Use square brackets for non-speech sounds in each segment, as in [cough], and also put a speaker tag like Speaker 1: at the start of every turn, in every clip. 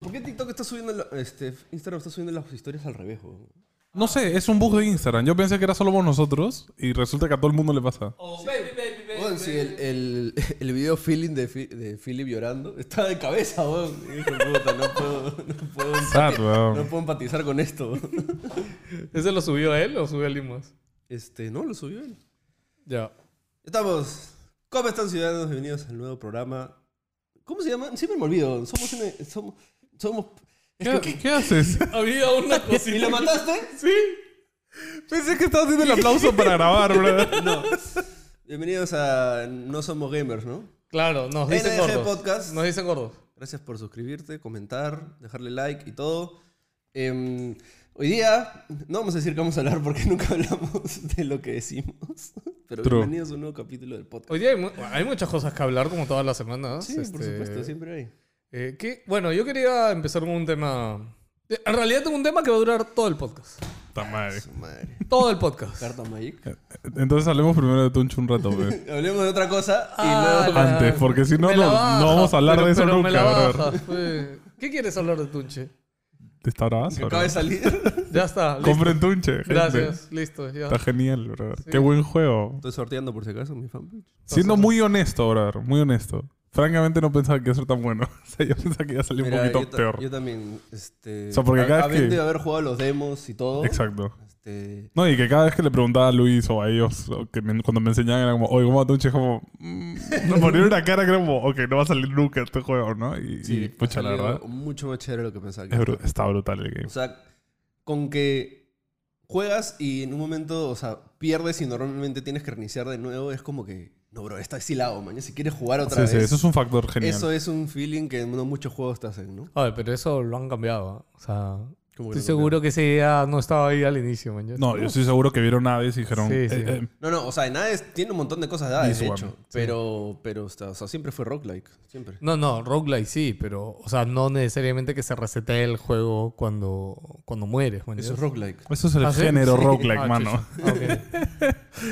Speaker 1: ¿Por qué TikTok está subiendo, la- este, Instagram está subiendo las historias al revés, weón?
Speaker 2: No sé, es un bug de Instagram. Yo pensé que era solo vos nosotros y resulta que a todo el mundo le pasa.
Speaker 3: Oh, baby, baby, baby.
Speaker 1: Weón, sí, el, el, [laughs] el video feeling de, Fi- de Philip llorando está de cabeza, weón. Y dije, puta, no puedo, no puedo,
Speaker 2: Sad, weón.
Speaker 1: no puedo empatizar con esto, weón.
Speaker 3: ¿Ese lo subió él o subió alguien más?
Speaker 1: [laughs] Este, no, lo subió él.
Speaker 3: Ya.
Speaker 1: Estamos. ¿Cómo están, ciudadanos? Bienvenidos al nuevo programa. ¿Cómo se llama? Siempre me olvido. Somos. una- somos, somos
Speaker 2: ¿Qué, qué haces? [laughs]
Speaker 3: Había
Speaker 1: [laughs]
Speaker 3: una
Speaker 1: ¿Y
Speaker 3: cosita.
Speaker 1: lo mataste?
Speaker 3: [laughs] Sí.
Speaker 2: Pensé que estabas haciendo el aplauso para grabar, bro.
Speaker 1: No. Bienvenidos a No Somos Gamers, ¿no?
Speaker 3: Claro, nos dicen
Speaker 1: NG
Speaker 3: gordos.
Speaker 1: Podcast.
Speaker 3: Nos dicen gordos.
Speaker 1: Gracias por suscribirte, comentar, dejarle like y todo. Em, hoy día no vamos a decir que vamos a hablar porque [laughs] nunca hablamos de lo que decimos. Pero
Speaker 2: True.
Speaker 1: bienvenidos a un nuevo capítulo del podcast.
Speaker 3: Hoy día hay, mu- hay muchas cosas que hablar, como todas las semanas.
Speaker 1: Sí,
Speaker 2: pues,
Speaker 1: por
Speaker 3: Este,
Speaker 1: supuesto, siempre hay.
Speaker 3: eh, ¿qué? Bueno, yo quería empezar con un tema. eh, En realidad tengo un tema que va a durar todo el podcast.
Speaker 2: Puta madre.
Speaker 1: Su madre.
Speaker 3: Todo
Speaker 2: [laughs]
Speaker 3: el podcast.
Speaker 1: Carta Magic.
Speaker 2: Entonces hablemos primero de Tunch un rato, bro.
Speaker 1: Hablemos de otra cosa y
Speaker 3: Ah,
Speaker 1: luego.
Speaker 3: la-
Speaker 2: Antes, porque si no,
Speaker 3: Me la
Speaker 2: no-
Speaker 3: bajas,
Speaker 2: no vamos a hablar
Speaker 3: pero-
Speaker 2: de eso
Speaker 3: pero me
Speaker 2: nunca,
Speaker 3: la
Speaker 2: bro.
Speaker 3: bajas, pues. ¿Qué quieres hablar de Tunche?
Speaker 2: ¿Te está bravazo,
Speaker 1: que
Speaker 2: bro.
Speaker 1: acaba de salir.
Speaker 2: [laughs]
Speaker 3: Ya está. listo.
Speaker 2: Compren Tunche. gente.
Speaker 3: Gracias, listo. Ya.
Speaker 2: Está genial, bro.
Speaker 3: Sí.
Speaker 2: Qué buen juego.
Speaker 1: Estoy sorteando por si acaso mi fanpage.
Speaker 2: Siendo muy honesto, bro. Muy honesto. Francamente no pensaba que iba a ser tan bueno. [laughs] O sea, yo pensaba que iba a salir un
Speaker 1: Mira,
Speaker 2: poquito
Speaker 1: yo, ta-
Speaker 2: peor.
Speaker 1: yo también. Este,
Speaker 2: O sea, porque cada vez
Speaker 1: habiendo
Speaker 2: que-
Speaker 1: de haber jugado los demos y todo.
Speaker 2: Exacto.
Speaker 1: Este,
Speaker 2: No, y que cada vez que le preguntaba a Luis o a ellos, o que me- cuando me enseñaban, era como, oye, ¿cómo va Tunche? Es como, mm, me ponían una cara que era como, ok, no va a salir nunca este juego, ¿no? Y, y,
Speaker 1: sí,
Speaker 2: pucha,
Speaker 1: ha
Speaker 2: la
Speaker 1: salido
Speaker 2: verdad.
Speaker 1: Mucho más chévere de lo que pensaba. que
Speaker 2: es
Speaker 1: iba a
Speaker 2: bru- está brutal el game.
Speaker 1: O sea, con que juegas y en un momento, o sea, pierdes y normalmente tienes que reiniciar de nuevo, es como que, no, bro, está exilado, mañana si quieres jugar otra
Speaker 2: Sí,
Speaker 1: vez.
Speaker 2: sí, eso es un factor genial.
Speaker 1: eso es un feeling que no muchos juegos te hacen, ¿no?
Speaker 3: Ay, pero eso lo han cambiado. ¿ah? O sea,
Speaker 1: Como que
Speaker 3: estoy
Speaker 1: lo cambiaron.
Speaker 3: seguro que ese día no estaba ahí al inicio, man.
Speaker 2: No, yo estoy seguro que vieron aves y dijeron,
Speaker 3: Sí,
Speaker 2: eh,
Speaker 3: sí.
Speaker 2: eh,
Speaker 1: No, no, o sea, nada es- tiene un montón de cosas dadas, de
Speaker 2: This one,
Speaker 1: hecho.
Speaker 2: sí.
Speaker 1: Pero, pero, o sea, o sea, siempre fue rock-like, siempre.
Speaker 3: No, no, roguelike sí, pero, o sea, no necesariamente que se resetee el juego cuando, cuando mueres, man.
Speaker 1: Eso es rock-like.
Speaker 2: eso es el
Speaker 3: ¿Ah, sí?
Speaker 2: género
Speaker 3: Sí.
Speaker 2: roguelike,
Speaker 3: Ah,
Speaker 2: mano.
Speaker 3: chucha. Ah,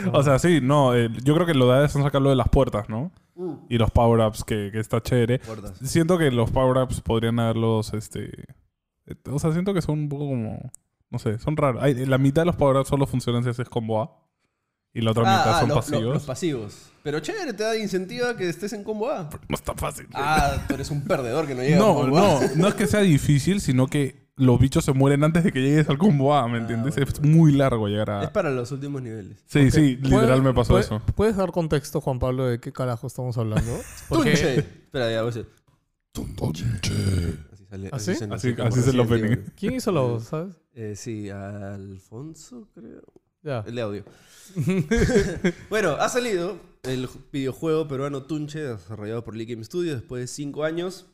Speaker 3: Ok.
Speaker 2: O sea, sí, no, eh, yo creo que lo de aves son sacar lo de las puertas, ¿no? Y los power-ups, que, que está chévere.
Speaker 1: Gordas.
Speaker 2: Siento que los power-ups podrían haberlos, este... eh, O sea, siento que son un poco como... No sé, son raros. Ay, la mitad de los power-ups solo funcionan si haces combo A. Y la otra mitad son
Speaker 1: Ah, lo- lo-
Speaker 2: pasivos.
Speaker 1: los pasivos. Pero chévere, te da incentiva que estés en combo A.
Speaker 2: No está fácil.
Speaker 1: Ah, tú eres un perdedor que no llega a
Speaker 2: No,
Speaker 1: combo A.
Speaker 2: no, no es que sea difícil, sino que los bichos se mueren antes de que llegues al combo A, ¿me entiendes? Es muy largo llegar a...
Speaker 1: Ah, Es para los últimos niveles.
Speaker 2: Sí,
Speaker 3: [laughs]
Speaker 2: sí, literal
Speaker 3: ¿Puedes-
Speaker 2: me pasó
Speaker 3: puedes-
Speaker 2: eso.
Speaker 3: ¿Puedes dar contexto, Juan Pablo, de qué carajo estamos
Speaker 2: [laughs]
Speaker 3: hablando? Porque-
Speaker 1: Tunche. Espera, ya voy a decir. Así sale.
Speaker 3: ¿Ah, sí?
Speaker 1: suena,
Speaker 2: Así-
Speaker 1: como
Speaker 2: así es el
Speaker 1: Resident
Speaker 2: opening.
Speaker 1: Evil.
Speaker 3: ¿Quién hizo la voz, sabes?
Speaker 1: Eh, sí, Alfonso, creo.
Speaker 3: Ya.
Speaker 1: El de audio. [laughs] bueno, ha salido el ju- videojuego peruano Tunche, desarrollado por Lee Game Studio después de 5 años.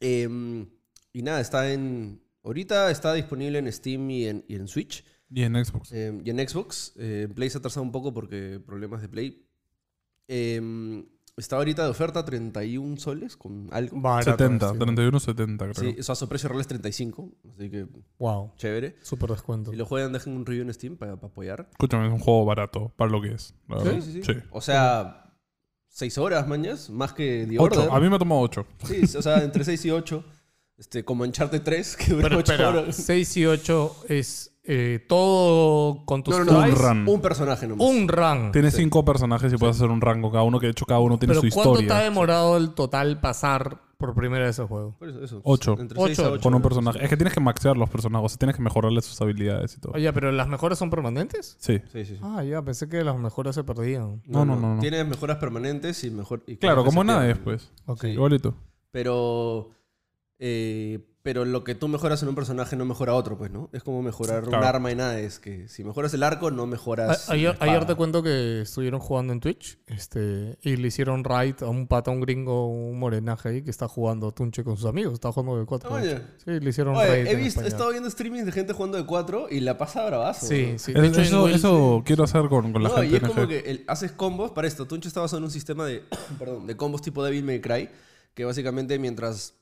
Speaker 1: Em, y nada, está en. Ahorita está disponible en Steam y en, y en Switch.
Speaker 2: Y en Xbox.
Speaker 1: Eh, y en Xbox, eh, Play se ha atrasado un poco porque problemas de Play. Eh, está ahorita de oferta 31 soles con algo.
Speaker 3: Barato,
Speaker 2: 70,
Speaker 3: pues, sí.
Speaker 2: 31, 70 creo.
Speaker 1: Sí, eso a su precio real es 35, así que
Speaker 3: Wow,
Speaker 1: chévere.
Speaker 3: súper descuento.
Speaker 1: Si lo juegan, dejen un review en Steam para, apoyar.
Speaker 2: Escúchame, es un juego barato para lo que es. la verdad.
Speaker 1: O sea, 6 horas, mañas, más que The
Speaker 2: Ocho,
Speaker 1: Order.
Speaker 2: a mí me ha tomado 8.
Speaker 1: Sí, o sea, entre 6 y 8. Este, como Uncharted 3, que dura
Speaker 3: Pero
Speaker 1: 8
Speaker 3: espera,
Speaker 1: horas.
Speaker 3: 6 y 8 es eh, todo con tus
Speaker 1: No, no,
Speaker 2: Un
Speaker 1: no.
Speaker 3: tries.
Speaker 2: run.
Speaker 1: Un personaje nomás.
Speaker 3: Un run.
Speaker 2: Tienes 5 personajes y puedes hacer un rango cada uno, que de hecho cada uno tiene
Speaker 3: Pero
Speaker 2: su
Speaker 3: ¿cuánto te ha
Speaker 2: historia.
Speaker 3: demorado el total pasar por primera vez el juego?
Speaker 1: Por eso, eso.
Speaker 2: Ocho.
Speaker 1: Entre seis
Speaker 3: Ocho.
Speaker 1: a ocho
Speaker 2: Con un
Speaker 1: horas.
Speaker 2: personaje. Es que tienes que maxear los personajes, o sea, tienes que mejorarle sus habilidades y todo.
Speaker 3: Oye, pero las mejoras son permanentes?
Speaker 2: Sí.
Speaker 1: Sí, sí, sí.
Speaker 3: Ah, ya, pensé que las mejoras se perdían.
Speaker 2: No, no, no, no.
Speaker 1: Tienes mejoras permanentes y mejor. y
Speaker 2: Claro,
Speaker 1: cosas que
Speaker 2: como
Speaker 1: se
Speaker 2: nada
Speaker 1: pierden.
Speaker 2: después.
Speaker 3: Ok.
Speaker 2: Igualito.
Speaker 1: Pero. eh, pero lo que tú mejoras en un personaje no mejora otro, pues, ¿no? Es como mejorar un
Speaker 2: Claro.
Speaker 1: arma en Hades, que si mejoras el arco, no mejoras.
Speaker 3: A- Ayer,
Speaker 1: la
Speaker 3: ayer
Speaker 1: espada.
Speaker 3: te cuento que estuvieron jugando en Twitch este, y le hicieron raid a un pata, un gringo, un morenaje ahí que está jugando Tunche con sus amigos. Está jugando de 4.
Speaker 1: Oye.
Speaker 3: Sí, le hicieron
Speaker 1: Oye,
Speaker 3: raid.
Speaker 1: he
Speaker 3: en
Speaker 1: visto, he
Speaker 3: español.
Speaker 1: estado viendo streamings de gente jugando de 4 y la pasa bravazo.
Speaker 3: Sí,
Speaker 1: ¿no?
Speaker 3: sí.
Speaker 2: Es-
Speaker 3: De hecho, en
Speaker 2: eso
Speaker 3: Will-
Speaker 2: eso quiero hacer con, con la
Speaker 1: No,
Speaker 2: gente
Speaker 1: y es
Speaker 2: en
Speaker 1: como
Speaker 2: el-
Speaker 1: que el- haces combos. Para esto, Tuncho estaba en un sistema de, [coughs] perdón, de combos tipo Devil May Cry, que básicamente mientras.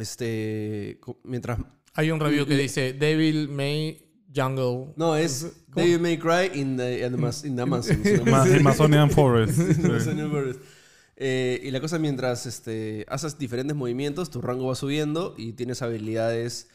Speaker 1: Este. co- Mientras.
Speaker 3: Hay un review que dice Devil May Jungle.
Speaker 1: No, es Devil
Speaker 2: [laughs]
Speaker 3: [laughs]
Speaker 1: May Cry in the, in the, mas- in the Amazons, ¿no?
Speaker 2: Ma- Amazonian Forest. sí.
Speaker 1: Amazonian Forest. Eh, y la cosa, mientras este, haces diferentes movimientos, tu rango va subiendo y tienes habilidades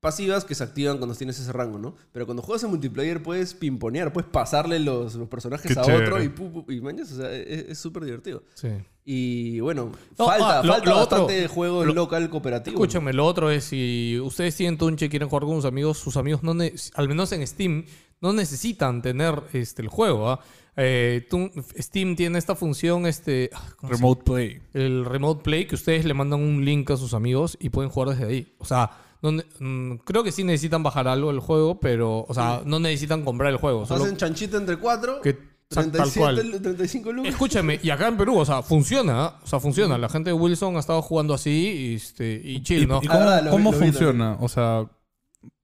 Speaker 1: pasivas que se activan cuando tienes ese rango, ¿no? Pero cuando juegas en multiplayer puedes pimponear, puedes pasarle los, los personajes
Speaker 2: Qué
Speaker 1: a
Speaker 2: chévere.
Speaker 1: otro y, pu- pu- y manches, o sea, e, es es súper divertido.
Speaker 3: Sí.
Speaker 1: Y bueno,
Speaker 3: No,
Speaker 1: falta,
Speaker 3: ah, lo-
Speaker 1: falta
Speaker 3: lo otro-
Speaker 1: bastante juego
Speaker 3: lo-
Speaker 1: local cooperativo.
Speaker 3: Escúchame, lo otro es si ustedes tienen Tunche y quieren jugar con sus amigos, sus amigos, no ne- al menos en Steam, no necesitan tener este, el juego. ¿ah? Eh, Tun- Steam tiene esta función, este, ah, ¿cómo se
Speaker 2: Remote Play.
Speaker 3: el Remote Play que ustedes le mandan un link a sus amigos y pueden jugar desde ahí. O sea, no ne- mm, creo que sí necesitan bajar algo el juego, pero, o sea, no necesitan comprar el juego. solo-
Speaker 1: Hacen chanchita entre cuatro.
Speaker 3: Que- tal
Speaker 1: 37
Speaker 3: cual.
Speaker 1: lu- 35 lucas.
Speaker 3: Escúchame, y acá en Perú, o sea, funciona, ¿ah? o sea, funciona. La gente de Wilson ha estado jugando así y, este, y chill, ¿no?
Speaker 2: ¿Y cómo,
Speaker 1: Ah, verdad, lo vi,
Speaker 2: cómo
Speaker 1: lo vi, lo vi.
Speaker 2: funciona? O sea,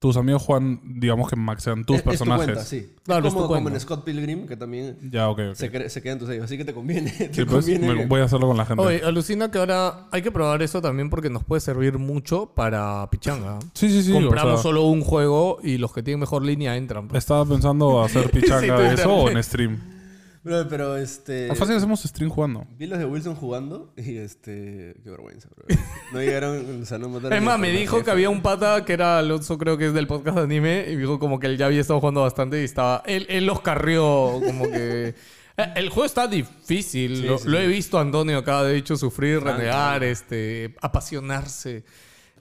Speaker 2: tus amigos juegan, digamos que maxean tus
Speaker 1: Es-
Speaker 2: personajes.
Speaker 1: Es tu cuenta, sí.
Speaker 3: Claro, es
Speaker 1: como,
Speaker 3: tu
Speaker 1: como
Speaker 3: cuenta.
Speaker 1: en Scott Pilgrim, que también
Speaker 2: Ya, ok, ok.
Speaker 1: se, cre- se quedan tus sellos. Así que te conviene. [laughs] te
Speaker 2: Sí, pues,
Speaker 1: conviene
Speaker 2: me-
Speaker 1: que-
Speaker 2: voy a hacerlo con la gente.
Speaker 3: Oye, alucina que ahora hay que probar eso también porque nos puede servir mucho para pichanga.
Speaker 2: sí, sí, sí. o
Speaker 3: Compramos
Speaker 2: sea,
Speaker 3: solo un juego y los que tienen mejor línea entran. pues.
Speaker 2: Estaba
Speaker 1: [laughs]
Speaker 2: pensando hacer pichanga
Speaker 3: Sí,
Speaker 2: de
Speaker 3: tú
Speaker 2: eso o
Speaker 3: también.
Speaker 2: en stream.
Speaker 1: Bro, pero este.
Speaker 2: Más Ah, fácil hacemos stream jugando.
Speaker 1: Vi los de Wilson jugando y este. Qué vergüenza, bro. No llegaron. o sea, no mataron.
Speaker 3: [laughs] Es
Speaker 1: ni
Speaker 3: más,
Speaker 1: a
Speaker 3: me
Speaker 1: Fortnite,
Speaker 3: dijo que
Speaker 1: ni a
Speaker 3: había un pata que era Alonso, creo que es del podcast de anime, y dijo como que él ya había estado jugando bastante y estaba. Él, él los carrió, como que. [laughs] Eh, El juego está difícil.
Speaker 1: Sí,
Speaker 3: lo,
Speaker 1: sí,
Speaker 3: lo
Speaker 1: sí.
Speaker 3: he visto a Antonio acá, de hecho, sufrir, renegar, este, apasionarse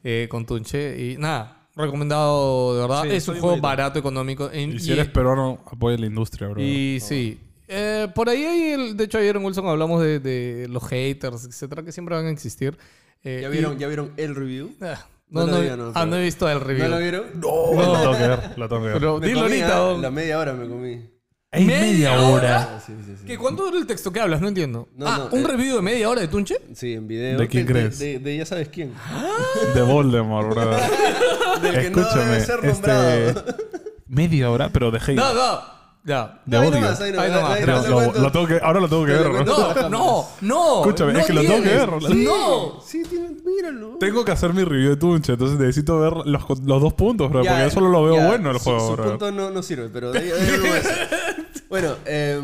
Speaker 3: eh, con Tunche. Y nada, recomendado, de verdad.
Speaker 1: Sí,
Speaker 3: es
Speaker 1: está
Speaker 3: un
Speaker 1: bien
Speaker 3: juego
Speaker 1: bonito.
Speaker 3: barato, económico. en-
Speaker 2: Y si
Speaker 3: y-
Speaker 2: eres peruano, apoya la industria, bro.
Speaker 3: y sí. Eh, por ahí, hay el- de hecho, ayer en Wilson hablamos de, de los haters, etcétera, que siempre van a existir.
Speaker 1: Fortnite.
Speaker 3: Eh,
Speaker 1: ¿Ya
Speaker 3: y-
Speaker 1: vieron, ¿Ya vieron el
Speaker 3: [laughs]
Speaker 1: review?
Speaker 3: Ah,
Speaker 1: No
Speaker 3: No,
Speaker 1: lo
Speaker 3: no,
Speaker 1: vi, no,
Speaker 3: ah, no
Speaker 1: pero-
Speaker 3: he visto el
Speaker 1: ¿No
Speaker 3: review.
Speaker 1: lo vieron?
Speaker 2: Oh, La tengo que ver, la tengo que ver.
Speaker 3: Pero
Speaker 1: Me
Speaker 3: dilo
Speaker 1: comí,
Speaker 3: ahorita.
Speaker 1: ah,
Speaker 3: oh.
Speaker 1: La media hora me comí.
Speaker 2: Hay media hora.
Speaker 1: Ah, sí, sí, sí.
Speaker 3: ¿Qué, ¿Cuánto dura el texto que hablas? No entiendo.
Speaker 1: No,
Speaker 3: ah,
Speaker 1: no,
Speaker 3: ¿un
Speaker 1: eh.
Speaker 3: review de media hora de Tunche?
Speaker 1: Sí, en video.
Speaker 2: ¿De quién crees?
Speaker 1: De, de ya sabes quién.
Speaker 2: De Voldemort, bro.
Speaker 1: Del que no
Speaker 2: Escúchame.
Speaker 1: debe ser nombrado.
Speaker 2: este, media hora, pero de hate.
Speaker 3: No, no. Ya.
Speaker 2: de
Speaker 1: ahí
Speaker 2: odio.
Speaker 1: nomás, ahí
Speaker 3: Ahí
Speaker 1: nomás,
Speaker 3: nomás,
Speaker 1: ahí
Speaker 2: Pero
Speaker 1: te
Speaker 2: lo-
Speaker 1: cuento.
Speaker 2: lo tengo que- ahora lo tengo que
Speaker 1: Te
Speaker 2: ver,
Speaker 1: lo
Speaker 2: bro.
Speaker 1: cuento.
Speaker 3: No, no, no.
Speaker 2: Escúchame,
Speaker 3: no
Speaker 2: es que lo tengo que
Speaker 3: tienes.
Speaker 2: ver, Rolando.
Speaker 3: No.
Speaker 1: Sí, tiene- míralo.
Speaker 2: Tengo que hacer mi review de Tunche, entonces necesito ver los, los dos puntos, bro.
Speaker 1: Ya,
Speaker 2: porque yo solo lo veo
Speaker 1: ya,
Speaker 2: bueno el
Speaker 1: su-
Speaker 2: juego,
Speaker 1: su
Speaker 2: bro.
Speaker 1: punto no, no sirve, pero de ahí- de ahí algo más.
Speaker 3: [laughs]
Speaker 1: Bueno, eh,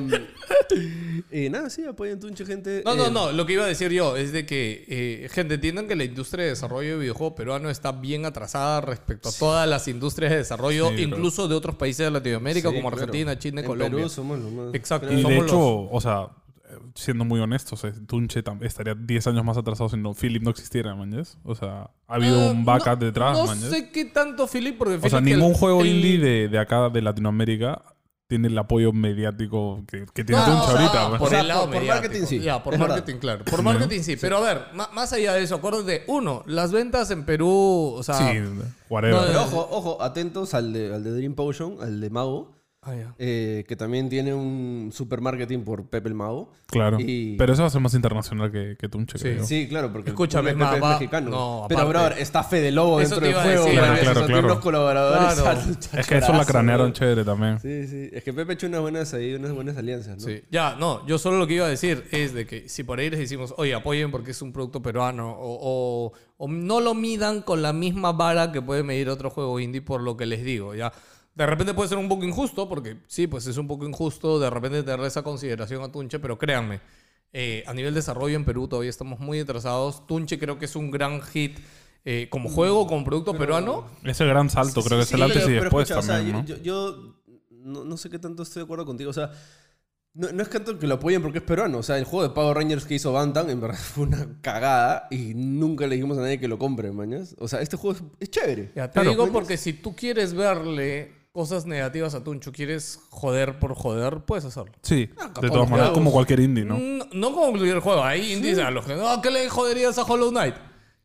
Speaker 1: eh, nada, sí, apoyen Tunche, gente.
Speaker 3: No,
Speaker 1: Eh,
Speaker 3: no, no. Lo que iba a decir yo es de que, eh, gente, entiendan que la industria de desarrollo de videojuegos peruano está bien atrasada respecto a todas las industrias de desarrollo,
Speaker 2: Sí, bro.
Speaker 3: incluso de otros países de Latinoamérica,
Speaker 1: sí,
Speaker 3: como
Speaker 1: claro.
Speaker 3: Argentina, China,
Speaker 1: En
Speaker 3: Colombia.
Speaker 1: Perú somos los más-
Speaker 3: Exacto.
Speaker 1: creo-
Speaker 2: Y
Speaker 3: somos
Speaker 2: de
Speaker 3: los-
Speaker 2: hecho, o sea, eh, siendo muy honestos, eh, Tunche tam- estaría 10 años más atrasado si no, Philip no existiera, manches. O sea, ha habido
Speaker 3: Ah,
Speaker 2: un backup
Speaker 3: no-
Speaker 2: detrás,
Speaker 3: No
Speaker 2: manches.
Speaker 3: sé qué tanto, Philip, porque
Speaker 2: O sea,
Speaker 3: fíjate que el-
Speaker 2: ningún juego
Speaker 3: el-
Speaker 2: indie de, de acá, de Latinoamérica, tiene el apoyo mediático que, que tiene
Speaker 3: No,
Speaker 2: Tunche
Speaker 3: o sea,
Speaker 2: ahorita. pues. man.
Speaker 3: Por
Speaker 1: O sea,
Speaker 3: el lado
Speaker 1: por- por
Speaker 3: mediático.
Speaker 1: marketing sí.
Speaker 3: Ya, por
Speaker 1: Es verdad.
Speaker 3: marketing, claro. Por marketing sí. Pero a ver, ma- más allá de eso, acuérdate, uno, las ventas en Perú, o sea.
Speaker 2: Sí,
Speaker 3: No,
Speaker 2: whatever.
Speaker 1: Pero ojo, ojo, atentos al de, al de Dream Potion, al de Mago,
Speaker 3: Ah, ya.
Speaker 1: eh, que también tiene un super marketing por Pepe el Mago.
Speaker 2: claro.
Speaker 1: y-
Speaker 2: Pero eso va a ser más internacional que, que Tunche,
Speaker 3: Sí.
Speaker 2: creo.
Speaker 1: Sí, claro, porque
Speaker 3: Escúchame,
Speaker 1: el Pepe
Speaker 3: ma,
Speaker 1: es
Speaker 3: va-
Speaker 1: mexicano.
Speaker 3: no,
Speaker 1: pero, bro,
Speaker 3: aparte-
Speaker 1: está Fede Lobo dentro
Speaker 3: Eso te
Speaker 1: del
Speaker 3: iba a
Speaker 1: juego.
Speaker 3: decir.
Speaker 1: bro,
Speaker 3: Claro,
Speaker 1: esos
Speaker 2: claro,
Speaker 1: tiene
Speaker 2: claro.
Speaker 1: unos colaboradores.
Speaker 3: Claro.
Speaker 1: al-
Speaker 2: Es que eso la
Speaker 1: chachorazo,
Speaker 2: cranearon
Speaker 1: bro.
Speaker 2: chévere también.
Speaker 1: Sí, sí. Es que Pepe ha hecho unas buenas ahí, unas buenas alianzas, ¿no?
Speaker 3: Sí. Ya, no, yo solo lo que iba a decir es de que si por ahí les decimos, oye, apoyen porque es un producto peruano, o, o- o no lo midan con la misma vara que puede medir otro juego indie, por lo que les digo, ya. De repente puede ser un poco injusto, porque sí, pues es un poco injusto de repente tener esa consideración a Tunche, pero créanme, eh, a nivel desarrollo en Perú todavía estamos muy atrasados. Tunche creo que es un gran hit eh, como juego, como producto peruano.
Speaker 2: Ese gran salto, creo que es
Speaker 1: Sí,
Speaker 2: el antes
Speaker 1: pero-
Speaker 2: y
Speaker 1: pero
Speaker 2: después
Speaker 1: escucha, o sea,
Speaker 2: también, ¿no?
Speaker 1: yo, yo- yo no, no sé qué tanto estoy de acuerdo contigo. O sea, no, no es que tanto que lo apoyen porque es peruano. O sea, el juego de Power Rangers que hizo Bantam en verdad fue una cagada y nunca le dijimos a nadie que lo compre, mañas. O sea, este juego es, es chévere.
Speaker 3: Ya, te
Speaker 2: Claro.
Speaker 3: digo porque si tú quieres verle cosas negativas a Tuncho, quieres joder por joder, puedes hacerlo.
Speaker 2: Sí,
Speaker 3: Ah,
Speaker 2: de
Speaker 1: los
Speaker 2: todas maneras,
Speaker 1: juegos.
Speaker 2: como cualquier indie, ¿no?
Speaker 3: No, no como cualquier juego. Hay indies a los que no, ¿qué le joderías a Hollow Knight?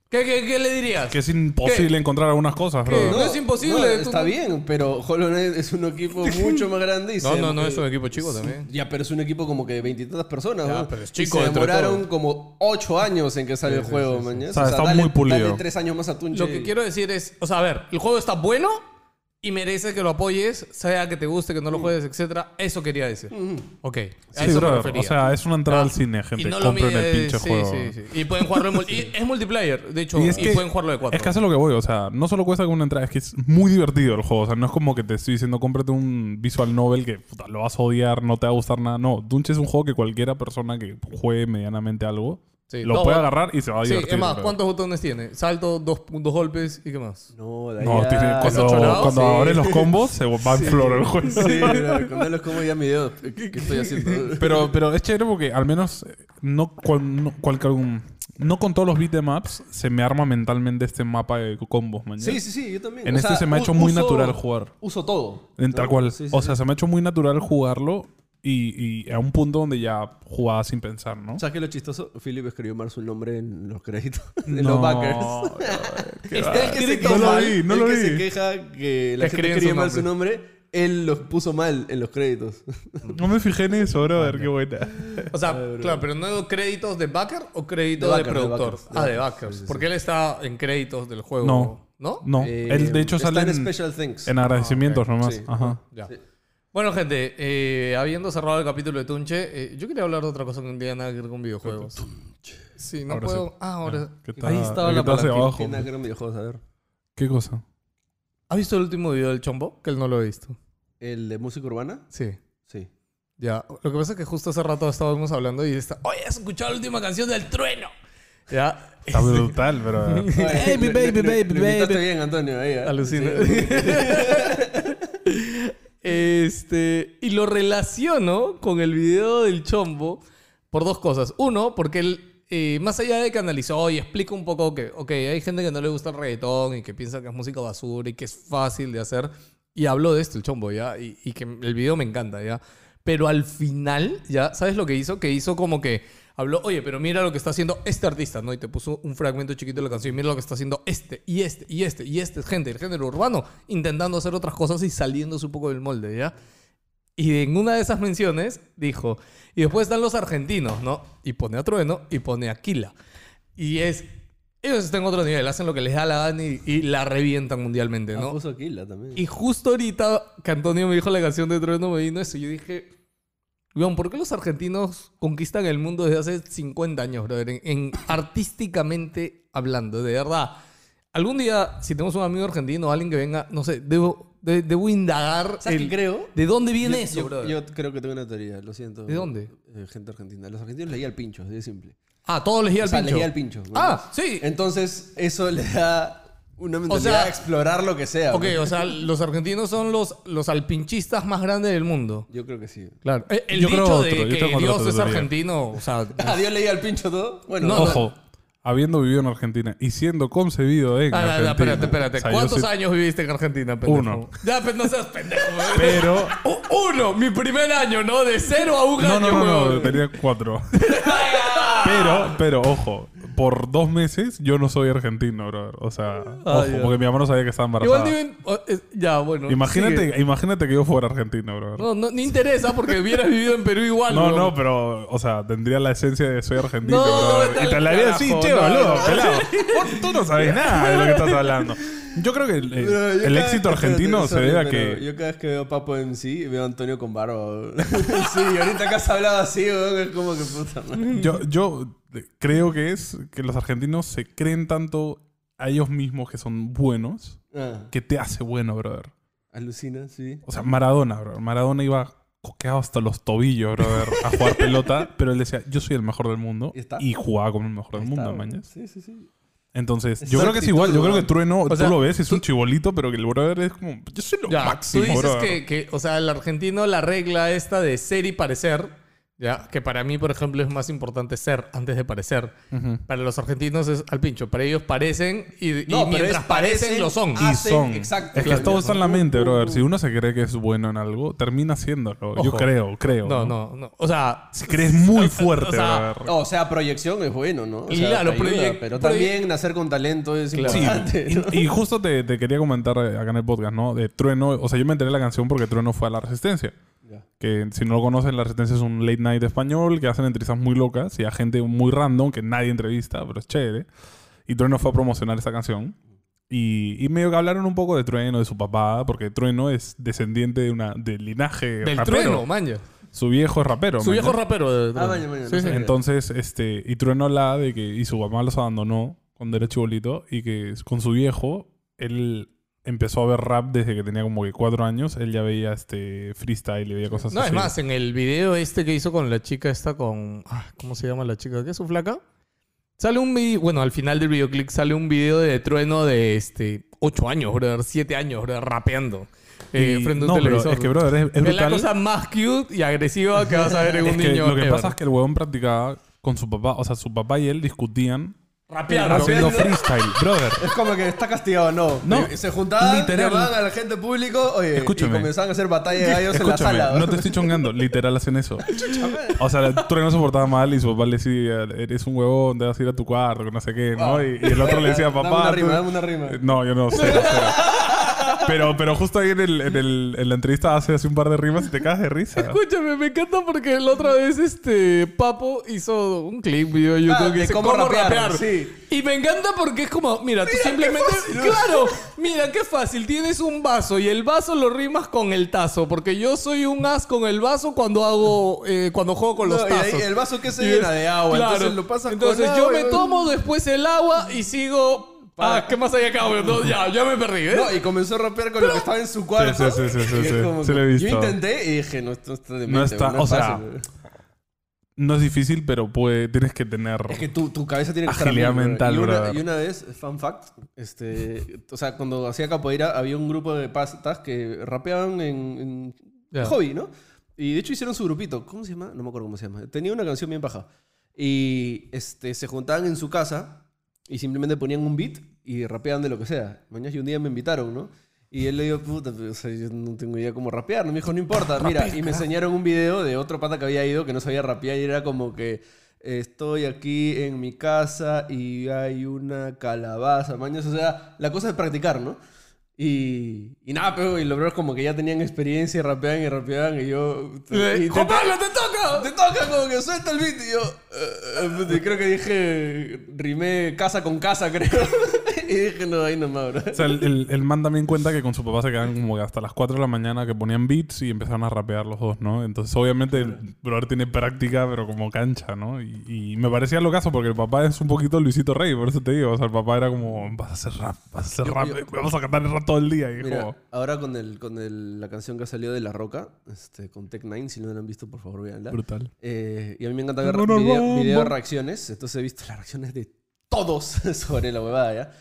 Speaker 3: ¿Qué, qué, qué le dirías?
Speaker 2: Que es imposible
Speaker 3: ¿Qué?
Speaker 2: encontrar algunas cosas,
Speaker 3: ¿Qué?
Speaker 2: bro.
Speaker 3: No, es imposible, tú
Speaker 1: está
Speaker 3: no-
Speaker 1: bien, pero Hollow Knight es un
Speaker 3: [laughs]
Speaker 1: equipo mucho más grande. Y
Speaker 3: No,
Speaker 1: se-
Speaker 3: no, no,
Speaker 1: eh,
Speaker 3: es un equipo chico también.
Speaker 1: Ya, pero es un equipo como que de veintitantas personas.
Speaker 3: Ya,
Speaker 1: ¿no?
Speaker 3: pero es
Speaker 1: Y
Speaker 3: chico
Speaker 1: se
Speaker 3: dentro de
Speaker 1: demoraron
Speaker 3: todo.
Speaker 1: como ocho años en que sale el juego, mañas.
Speaker 2: O sea, está muy pulido.
Speaker 1: Dale tres años más a Tunche.
Speaker 3: Lo que quiero decir es, o sea, a ver, el juego está bueno, y merece que lo apoyes, sea que te guste, que no lo
Speaker 2: Mm.
Speaker 3: juegues, etcétera. Eso quería decir. Ok. A
Speaker 2: Sí,
Speaker 3: eso me
Speaker 2: brother,
Speaker 3: refería.
Speaker 2: O sea, es una entrada
Speaker 3: Ah,
Speaker 2: al cine, gente.
Speaker 3: y no lo
Speaker 2: Compren el
Speaker 3: mide-
Speaker 2: pinche
Speaker 3: sí,
Speaker 2: juego.
Speaker 3: sí, sí. Y pueden jugarlo en mul- y es multiplayer, de hecho, y,
Speaker 2: es que-
Speaker 3: pueden jugarlo de cuatro.
Speaker 2: Es que hace lo que voy, o sea, no solo cuesta que una entrada, es que es muy divertido el juego. O sea, no es como que te estoy diciendo cómprate un visual novel que puta, lo vas a odiar, no te va a gustar nada. No, Dungeon es un juego que cualquiera persona que juegue medianamente algo
Speaker 3: Sí,
Speaker 2: lo
Speaker 3: dos
Speaker 2: puede
Speaker 3: bot-
Speaker 2: agarrar y se va a
Speaker 3: Sí,
Speaker 2: divertir.
Speaker 3: es más,
Speaker 2: pero-
Speaker 3: ¿cuántos botones tiene? Salto, dos, dos golpes y qué más.
Speaker 1: No, de
Speaker 2: No,
Speaker 1: ahí a-
Speaker 2: tiene- cuando,
Speaker 3: ocho lados,
Speaker 2: cuando
Speaker 3: sí.
Speaker 2: abres los combos se va en flor el juego.
Speaker 1: Sí, bro, cuando los como ya me dio. ¿Qué qué estoy
Speaker 2: [laughs]
Speaker 1: haciendo?
Speaker 2: Pero, pero es chévere porque al menos eh, no, cual- no, cual- no con todos los beatemaps se me arma mentalmente este mapa de combos, man.
Speaker 1: Sí, sí, sí, yo también.
Speaker 2: En
Speaker 1: O
Speaker 2: este
Speaker 1: sea,
Speaker 2: se me ha
Speaker 1: u-
Speaker 2: hecho muy
Speaker 1: uso-
Speaker 2: natural jugar.
Speaker 1: Uso todo.
Speaker 2: En
Speaker 1: ¿no?
Speaker 2: tal cual.
Speaker 1: Sí, sí,
Speaker 2: o
Speaker 1: sí.
Speaker 2: sea, se me ha hecho muy natural jugarlo y, y a un punto donde ya jugaba sin pensar, ¿no?
Speaker 1: ¿Sabes qué es lo chistoso? Philip escribió mal su nombre en los créditos, [laughs] en los
Speaker 2: No,
Speaker 1: backers.
Speaker 2: qué
Speaker 1: Está
Speaker 2: va.
Speaker 1: el que se
Speaker 2: No
Speaker 1: queja
Speaker 2: lo
Speaker 1: mal,
Speaker 2: vi, no
Speaker 1: el
Speaker 2: lo
Speaker 1: que
Speaker 2: vi.
Speaker 1: se queja que la
Speaker 3: Que
Speaker 1: gente
Speaker 3: escriben
Speaker 1: escribe
Speaker 3: su
Speaker 1: mal su nombre, él los puso mal en los créditos.
Speaker 2: No me fijé en eso, bro. A ver qué buena.
Speaker 1: [laughs]
Speaker 3: O sea, claro, pero no créditos de backer o créditos
Speaker 1: De
Speaker 3: de,
Speaker 1: backer, de
Speaker 3: productor.
Speaker 1: backers, de
Speaker 3: ah, de
Speaker 1: backers,
Speaker 3: backers.
Speaker 1: sí, sí,
Speaker 3: Porque él está en créditos del juego.
Speaker 2: No.
Speaker 3: ¿No?
Speaker 2: No,
Speaker 1: Eh,
Speaker 2: él de hecho
Speaker 1: está
Speaker 2: sale
Speaker 1: en
Speaker 2: en,
Speaker 1: Special Thanks.
Speaker 3: Ah,
Speaker 2: en agradecimientos
Speaker 1: ok,
Speaker 2: nomás.
Speaker 1: sí.
Speaker 2: Ajá.
Speaker 3: Ya. Bueno, gente, eh, habiendo cerrado el capítulo de Tunche, eh, yo quería hablar de otra cosa que no tiene nada que ver con videojuegos. Sí, no
Speaker 2: Ahora
Speaker 3: puedo.
Speaker 2: sí.
Speaker 3: Ah, ahora.
Speaker 2: ¿Qué está-
Speaker 3: Ahí estaba
Speaker 2: qué
Speaker 3: la
Speaker 2: está hacia
Speaker 3: palanquita.
Speaker 2: abajo?
Speaker 1: Tiene nada que ver con videojuegos, a ver.
Speaker 2: ¿Qué cosa?
Speaker 3: ¿Has visto el último video del Chombo? Que él no lo ha visto.
Speaker 1: ¿El de música urbana?
Speaker 3: Sí.
Speaker 1: Sí.
Speaker 3: Ya, lo que pasa es que justo hace rato estábamos hablando y está, oye, has escuchado la última canción del trueno. Ya,
Speaker 2: Está brutal, bro.
Speaker 3: eh.
Speaker 1: baby, baby, baby, baby. bien, Antonio. ahí, ¿eh?
Speaker 3: [laughs] alucina.
Speaker 1: Sí.
Speaker 2: [laughs]
Speaker 3: [laughs] este, y lo relaciono con el video del chombo por dos cosas. Uno, porque él, eh, más allá de que analizó y explica un poco que, ok, hay gente que no le gusta el reggaetón y que piensa que es música basura y que es fácil de hacer. Y habló de esto el chombo, ¿ya? Y, y que el video me encanta, ¿ya? Pero al final, ¿ya? ¿Sabes lo que hizo? Que hizo como que habló, oye, pero mira lo que está haciendo este artista, ¿no? Y te puso un fragmento chiquito de la canción, mira lo que está haciendo este, y este, y este, y este, gente, el género urbano, intentando hacer otras cosas y saliéndose un poco del molde, ¿ya? Y en una de esas menciones dijo, y después están los argentinos, ¿no? Y pone a Trueno y pone a Kila. Y es, ellos están en otro nivel, hacen lo que les da la gana y, y la revientan mundialmente,
Speaker 1: Ah,
Speaker 3: ¿no?
Speaker 1: puso Aquila también.
Speaker 3: Y justo ahorita que Antonio me dijo la canción de Trueno me vino eso. y Yo dije, weón, ¿por qué los argentinos conquistan el mundo desde hace 50 años, brother? En, en- artísticamente hablando, de verdad. Algún día, si tenemos un amigo argentino o alguien que venga, no sé, debo, de- debo indagar.
Speaker 1: ¿Sabes qué
Speaker 3: el-
Speaker 1: creo?
Speaker 3: ¿De dónde viene
Speaker 1: Yo-
Speaker 3: eso,
Speaker 1: yo,
Speaker 3: brother?
Speaker 1: yo creo que tengo una teoría, lo siento.
Speaker 3: ¿De dónde?
Speaker 1: Eh, gente argentina. Los argentinos leía el pincho, así de simple.
Speaker 3: ah, todo elegía
Speaker 1: O
Speaker 3: al
Speaker 1: sea,
Speaker 3: pincho.
Speaker 1: elegía el pincho. ¿no?
Speaker 3: Ah, sí.
Speaker 1: Entonces, eso le da una mentalidad
Speaker 3: sea-
Speaker 1: a explorar lo que sea.
Speaker 3: Ok,
Speaker 1: ¿no?
Speaker 3: o sea, los argentinos son los, los alpinchistas más grandes del mundo.
Speaker 1: Yo creo que sí. [laughs]
Speaker 3: Claro. El, el
Speaker 2: Yo creo
Speaker 3: dicho de
Speaker 2: otro, yo
Speaker 3: que
Speaker 2: tengo otra
Speaker 3: Dios es
Speaker 2: teoría.
Speaker 3: argentino, o sea,
Speaker 1: ¿A Dios leía el pincho todo? Bueno,
Speaker 3: No,
Speaker 1: o sea,
Speaker 2: [laughs] Ojo, habiendo vivido en Argentina y siendo concebido en
Speaker 3: Ah, no, no,
Speaker 2: Argentina.
Speaker 3: espérate, espérate.
Speaker 2: O sea, yo
Speaker 3: ¿Cuántos
Speaker 2: soy-
Speaker 3: años viviste en Argentina, pendejo?
Speaker 2: Uno.
Speaker 3: Ya, pues no seas pendejo. güey.
Speaker 2: [laughs] Pero...
Speaker 3: U- Uno, mi primer año, ¿no? De cero a un
Speaker 2: No,
Speaker 3: año,
Speaker 2: no, no, no,
Speaker 3: güey.
Speaker 2: tenía cuatro. pero, pero, ojo, por dos meses yo no soy argentino, brother. O sea, ojo,
Speaker 3: Ah, ya.
Speaker 2: porque mi mamá no sabía que estaba
Speaker 3: Igual
Speaker 2: embarazada.
Speaker 3: dime... o- es- Ya, bueno.
Speaker 2: imagínate,
Speaker 3: sigue.
Speaker 2: imagínate que yo fuera argentino, brother.
Speaker 3: No, no, ni interesa porque hubieras vivido en Perú igual,
Speaker 2: No,
Speaker 3: güey.
Speaker 2: no, pero, o sea, tendría la esencia de soy argentino,
Speaker 3: No,
Speaker 2: brother.
Speaker 3: vete
Speaker 2: Y te
Speaker 3: al
Speaker 2: hablaría así,
Speaker 3: carajo,
Speaker 2: che,
Speaker 3: no,
Speaker 2: boludo,
Speaker 3: no.
Speaker 2: pelado. Vos- Tú no
Speaker 3: [laughs]
Speaker 2: sabes nada de lo que estás hablando. Yo creo que el, el-
Speaker 1: Pero yo
Speaker 2: el
Speaker 1: cada-
Speaker 2: éxito
Speaker 1: espérate,
Speaker 2: argentino se
Speaker 1: sorry,
Speaker 2: debe a
Speaker 1: pero
Speaker 2: que.
Speaker 1: Yo cada vez que veo Papo en sí, veo a Antonio con barba. [laughs] sí, y ahorita que has hablado así, weón, es como que puta madre.
Speaker 2: Yo, yo creo que es que los argentinos se creen tanto a ellos mismos que son buenos
Speaker 1: Ah,
Speaker 2: que te hace bueno, brother.
Speaker 1: alucina, sí.
Speaker 2: O sea, Maradona, brother. Maradona iba coqueado hasta los tobillos, brother, a jugar pelota, pero él decía, yo soy el mejor del mundo
Speaker 1: Y está.
Speaker 2: y jugaba como el mejor del
Speaker 1: Ahí
Speaker 2: mundo,
Speaker 1: está,
Speaker 2: mañas.
Speaker 1: Sí, sí, sí.
Speaker 2: Entonces,
Speaker 1: Esa
Speaker 2: yo creo que es
Speaker 1: actitud,
Speaker 2: igual. Yo creo que
Speaker 1: weón.
Speaker 2: Trueno, tú
Speaker 3: sea,
Speaker 2: lo ves, es un chibolito, pero que el brother es como, yo soy lo
Speaker 3: Ya,
Speaker 2: máximo,
Speaker 3: tú dices
Speaker 2: brother.
Speaker 3: que, que, o sea, el argentino, la regla esta de ser y parecer, ya, que para mí, por ejemplo, es más importante ser antes de parecer. Para los argentinos es al pincho. Para ellos parecen y, y
Speaker 1: No, pero
Speaker 3: mientras
Speaker 1: es
Speaker 3: parecen,
Speaker 1: parecen,
Speaker 3: lo son.
Speaker 2: Y
Speaker 1: hacen-
Speaker 2: son.
Speaker 1: exacto.
Speaker 2: es que
Speaker 1: Claro.
Speaker 2: todo está en la mente, brother. Si uno se cree que es bueno en algo, termina haciéndolo. Yo
Speaker 3: Ojo.
Speaker 2: creo, creo.
Speaker 3: No, no, no. O sea,
Speaker 2: Si crees
Speaker 3: [laughs]
Speaker 2: muy fuerte,
Speaker 3: sea,
Speaker 2: brother.
Speaker 1: O sea, proyección es bueno, ¿no? O sea,
Speaker 3: Claro,
Speaker 1: te ayuda,
Speaker 3: proyec-
Speaker 1: pero
Speaker 3: proyec-
Speaker 1: también nacer con talento es
Speaker 3: Claro.
Speaker 1: importante.
Speaker 2: Sí, y, y justo te, te quería comentar eh, acá en el podcast, ¿no? De Trueno, o sea, yo me enteré de la canción porque Trueno fue a la Resistencia.
Speaker 1: Ya.
Speaker 2: Que si no lo conocen, la Resistencia es un late night español que hacen entrevistas muy locas y a gente muy random que nadie entrevista, pero es chévere. Y Trueno fue a promocionar esta canción. Y, y medio que hablaron un poco de Trueno, de su papá, porque Trueno es descendiente de una, del linaje
Speaker 3: Del
Speaker 2: rapero.
Speaker 3: trueno, manja.
Speaker 2: Su viejo es rapero.
Speaker 3: Su
Speaker 2: man,
Speaker 3: viejo
Speaker 2: ¿no?
Speaker 3: rapero. de
Speaker 1: Ah,
Speaker 3: Trueno.
Speaker 1: maña, maña, no
Speaker 3: Sí, sí.
Speaker 1: sabía.
Speaker 2: Entonces, este, y Trueno hablaba de que, y su mamá los abandonó cuando era chibolito, y que con su viejo, él empezó a ver rap desde que tenía como que cuatro años, él ya veía este freestyle y veía cosas
Speaker 3: No,
Speaker 2: así.
Speaker 3: es más, en el video este que hizo con la chica esta con... ah, ¿Cómo se llama la chica? ¿Qué es su flaca? Sale un video... Bueno, al final del videoclip sale un video de Trueno de este... 8 años, brother. 7 años, brother. Rapeando. eh,
Speaker 2: Y-
Speaker 3: frente a un
Speaker 2: no, pero
Speaker 3: televisor.
Speaker 2: es que, brother, es, es
Speaker 3: Es la
Speaker 2: brutal.
Speaker 3: cosa más cute y agresiva que vas a ver en
Speaker 2: Es
Speaker 3: un
Speaker 2: que
Speaker 3: niño.
Speaker 2: lo que
Speaker 3: ever.
Speaker 2: pasa es que el huevón practicaba con su papá, o sea, su papá y él discutían
Speaker 3: Rapeando.
Speaker 2: haciendo freestyle, brother.
Speaker 1: Es como que está castigado, no. Eh,
Speaker 2: No,
Speaker 1: Se juntaban,
Speaker 2: literal.
Speaker 1: llamaban a la gente público, oye,
Speaker 2: Escúchame.
Speaker 1: y comenzaban a hacer batalla
Speaker 2: [laughs]
Speaker 1: de gallos en la
Speaker 2: Escúchame,
Speaker 1: sala.
Speaker 2: no te estoy chongando, literal hacen
Speaker 1: [laughs]
Speaker 2: eso. O sea, Trueno se portaba mal y su papá le decía, eres un huevón, te vas a ir a tu cuarto, que no sé qué, ¿no? Y, y el otro le decía,
Speaker 1: Ah. [laughs] Dame una
Speaker 2: papá.
Speaker 1: rima,
Speaker 2: tú-". Eh,
Speaker 1: dame una rima.
Speaker 2: No, yo no sé. Pero, pero justo ahí en, el- en el- en la entrevista hace, hace un par de rimas y te cagas de risa.
Speaker 3: [laughs] Escúchame, me encanta porque la otra vez este Papo hizo un clip video de YouTube
Speaker 1: Ah,
Speaker 3: que
Speaker 1: de
Speaker 3: dice cómo,
Speaker 1: cómo
Speaker 3: rapear.
Speaker 1: rapear, sí.
Speaker 3: Y me encanta porque es como, mira, tú simplemente. claro, mira qué fácil. Tienes un vaso y el vaso lo rimas con el tazo. Porque yo soy un as con el vaso cuando hago. eh, cuando juego con los
Speaker 1: No, y ahí
Speaker 3: tazos.
Speaker 1: el vaso que se
Speaker 3: Y
Speaker 1: llena
Speaker 3: es-
Speaker 1: de agua,
Speaker 3: claro.
Speaker 1: entonces lo pasas
Speaker 3: Entonces
Speaker 1: con
Speaker 3: yo
Speaker 1: agua,
Speaker 3: me tomo después el agua y sigo. Ah, ¿qué más hay acá? güey? No, ya, ya me perdí, ¿eh?
Speaker 1: No, y comenzó a rapear con lo que estaba en su cuarto.
Speaker 2: Sí, sí, sí, sí,
Speaker 1: [laughs] Y es
Speaker 2: sí, sí.
Speaker 1: como
Speaker 2: Sí lo he
Speaker 1: que-
Speaker 2: visto.
Speaker 1: Yo intenté y dije, no, esto está de
Speaker 2: No
Speaker 1: mente,
Speaker 2: está-
Speaker 1: güey, no
Speaker 2: o
Speaker 1: es
Speaker 2: sea,
Speaker 1: fácil, güey.
Speaker 2: No es difícil, pero puede, tienes que tener...
Speaker 1: Es que tu, tu cabeza tiene que estar
Speaker 2: Agilidad
Speaker 1: a mil,
Speaker 2: mental,
Speaker 1: bro. y una,
Speaker 2: brother.
Speaker 1: y una vez, fun fact, este, o sea, cuando hacía capoeira había un grupo de pastas que rapeaban en, en
Speaker 3: Ya.
Speaker 1: hobby, ¿no? Y de hecho hicieron su grupito. ¿Cómo se llama? No me acuerdo cómo se llama. Tenía una canción bien baja. Y este, se juntaban en su casa y simplemente ponían un beat y rapeaban de lo que sea. Mañana y un día me invitaron, ¿no? Y él le dijo, puta, pero, o sea, yo no tengo idea cómo rapear. No me dijo, no importa. Mira, y me enseñaron un video de otro pata que había ido que no sabía rapear y era como que eh, estoy aquí en mi casa y hay una calabaza. Mañas, o sea, la cosa es practicar, ¿no? Y, y nada, pero y los bros como que ya tenían experiencia y rapeaban y rapeaban y yo...
Speaker 3: Eh,
Speaker 1: y
Speaker 3: ¡Juan
Speaker 1: te-
Speaker 3: Pablo, te toca!
Speaker 1: te toca como que suelta el beat y yo... eh, eh, puta, y creo que dije... Rimé casa con casa, creo. [laughs] y dije, no, ahí nomás, bro.
Speaker 2: O sea, el, el, el man también cuenta que con su papá se quedaban como que hasta las 4 de la mañana que ponían beats y empezaron a rapear los dos, ¿no? Entonces, obviamente, el brother tiene práctica, pero como cancha, ¿no? Y, y me parecía lo caso porque el papá es un poquito Luisito Rey, por eso te digo. O sea, el papá era como, vas a hacer rap, vas a hacer
Speaker 1: Yo-
Speaker 2: rap,
Speaker 1: yo-
Speaker 2: vamos a cantar el rap todo el día. Y
Speaker 1: Mira,
Speaker 2: como,
Speaker 1: ahora con, el, con el- la canción que ha salido de La Roca, este, con Tech9, si no la han visto, por favor, véanla.
Speaker 2: brutal.
Speaker 1: Eh, y a mí me encanta ver
Speaker 2: No, no,
Speaker 1: video,
Speaker 2: no,
Speaker 1: video
Speaker 2: no.
Speaker 1: reacciones. Entonces he visto las reacciones de todos [laughs] sobre la huevada, ¿ya?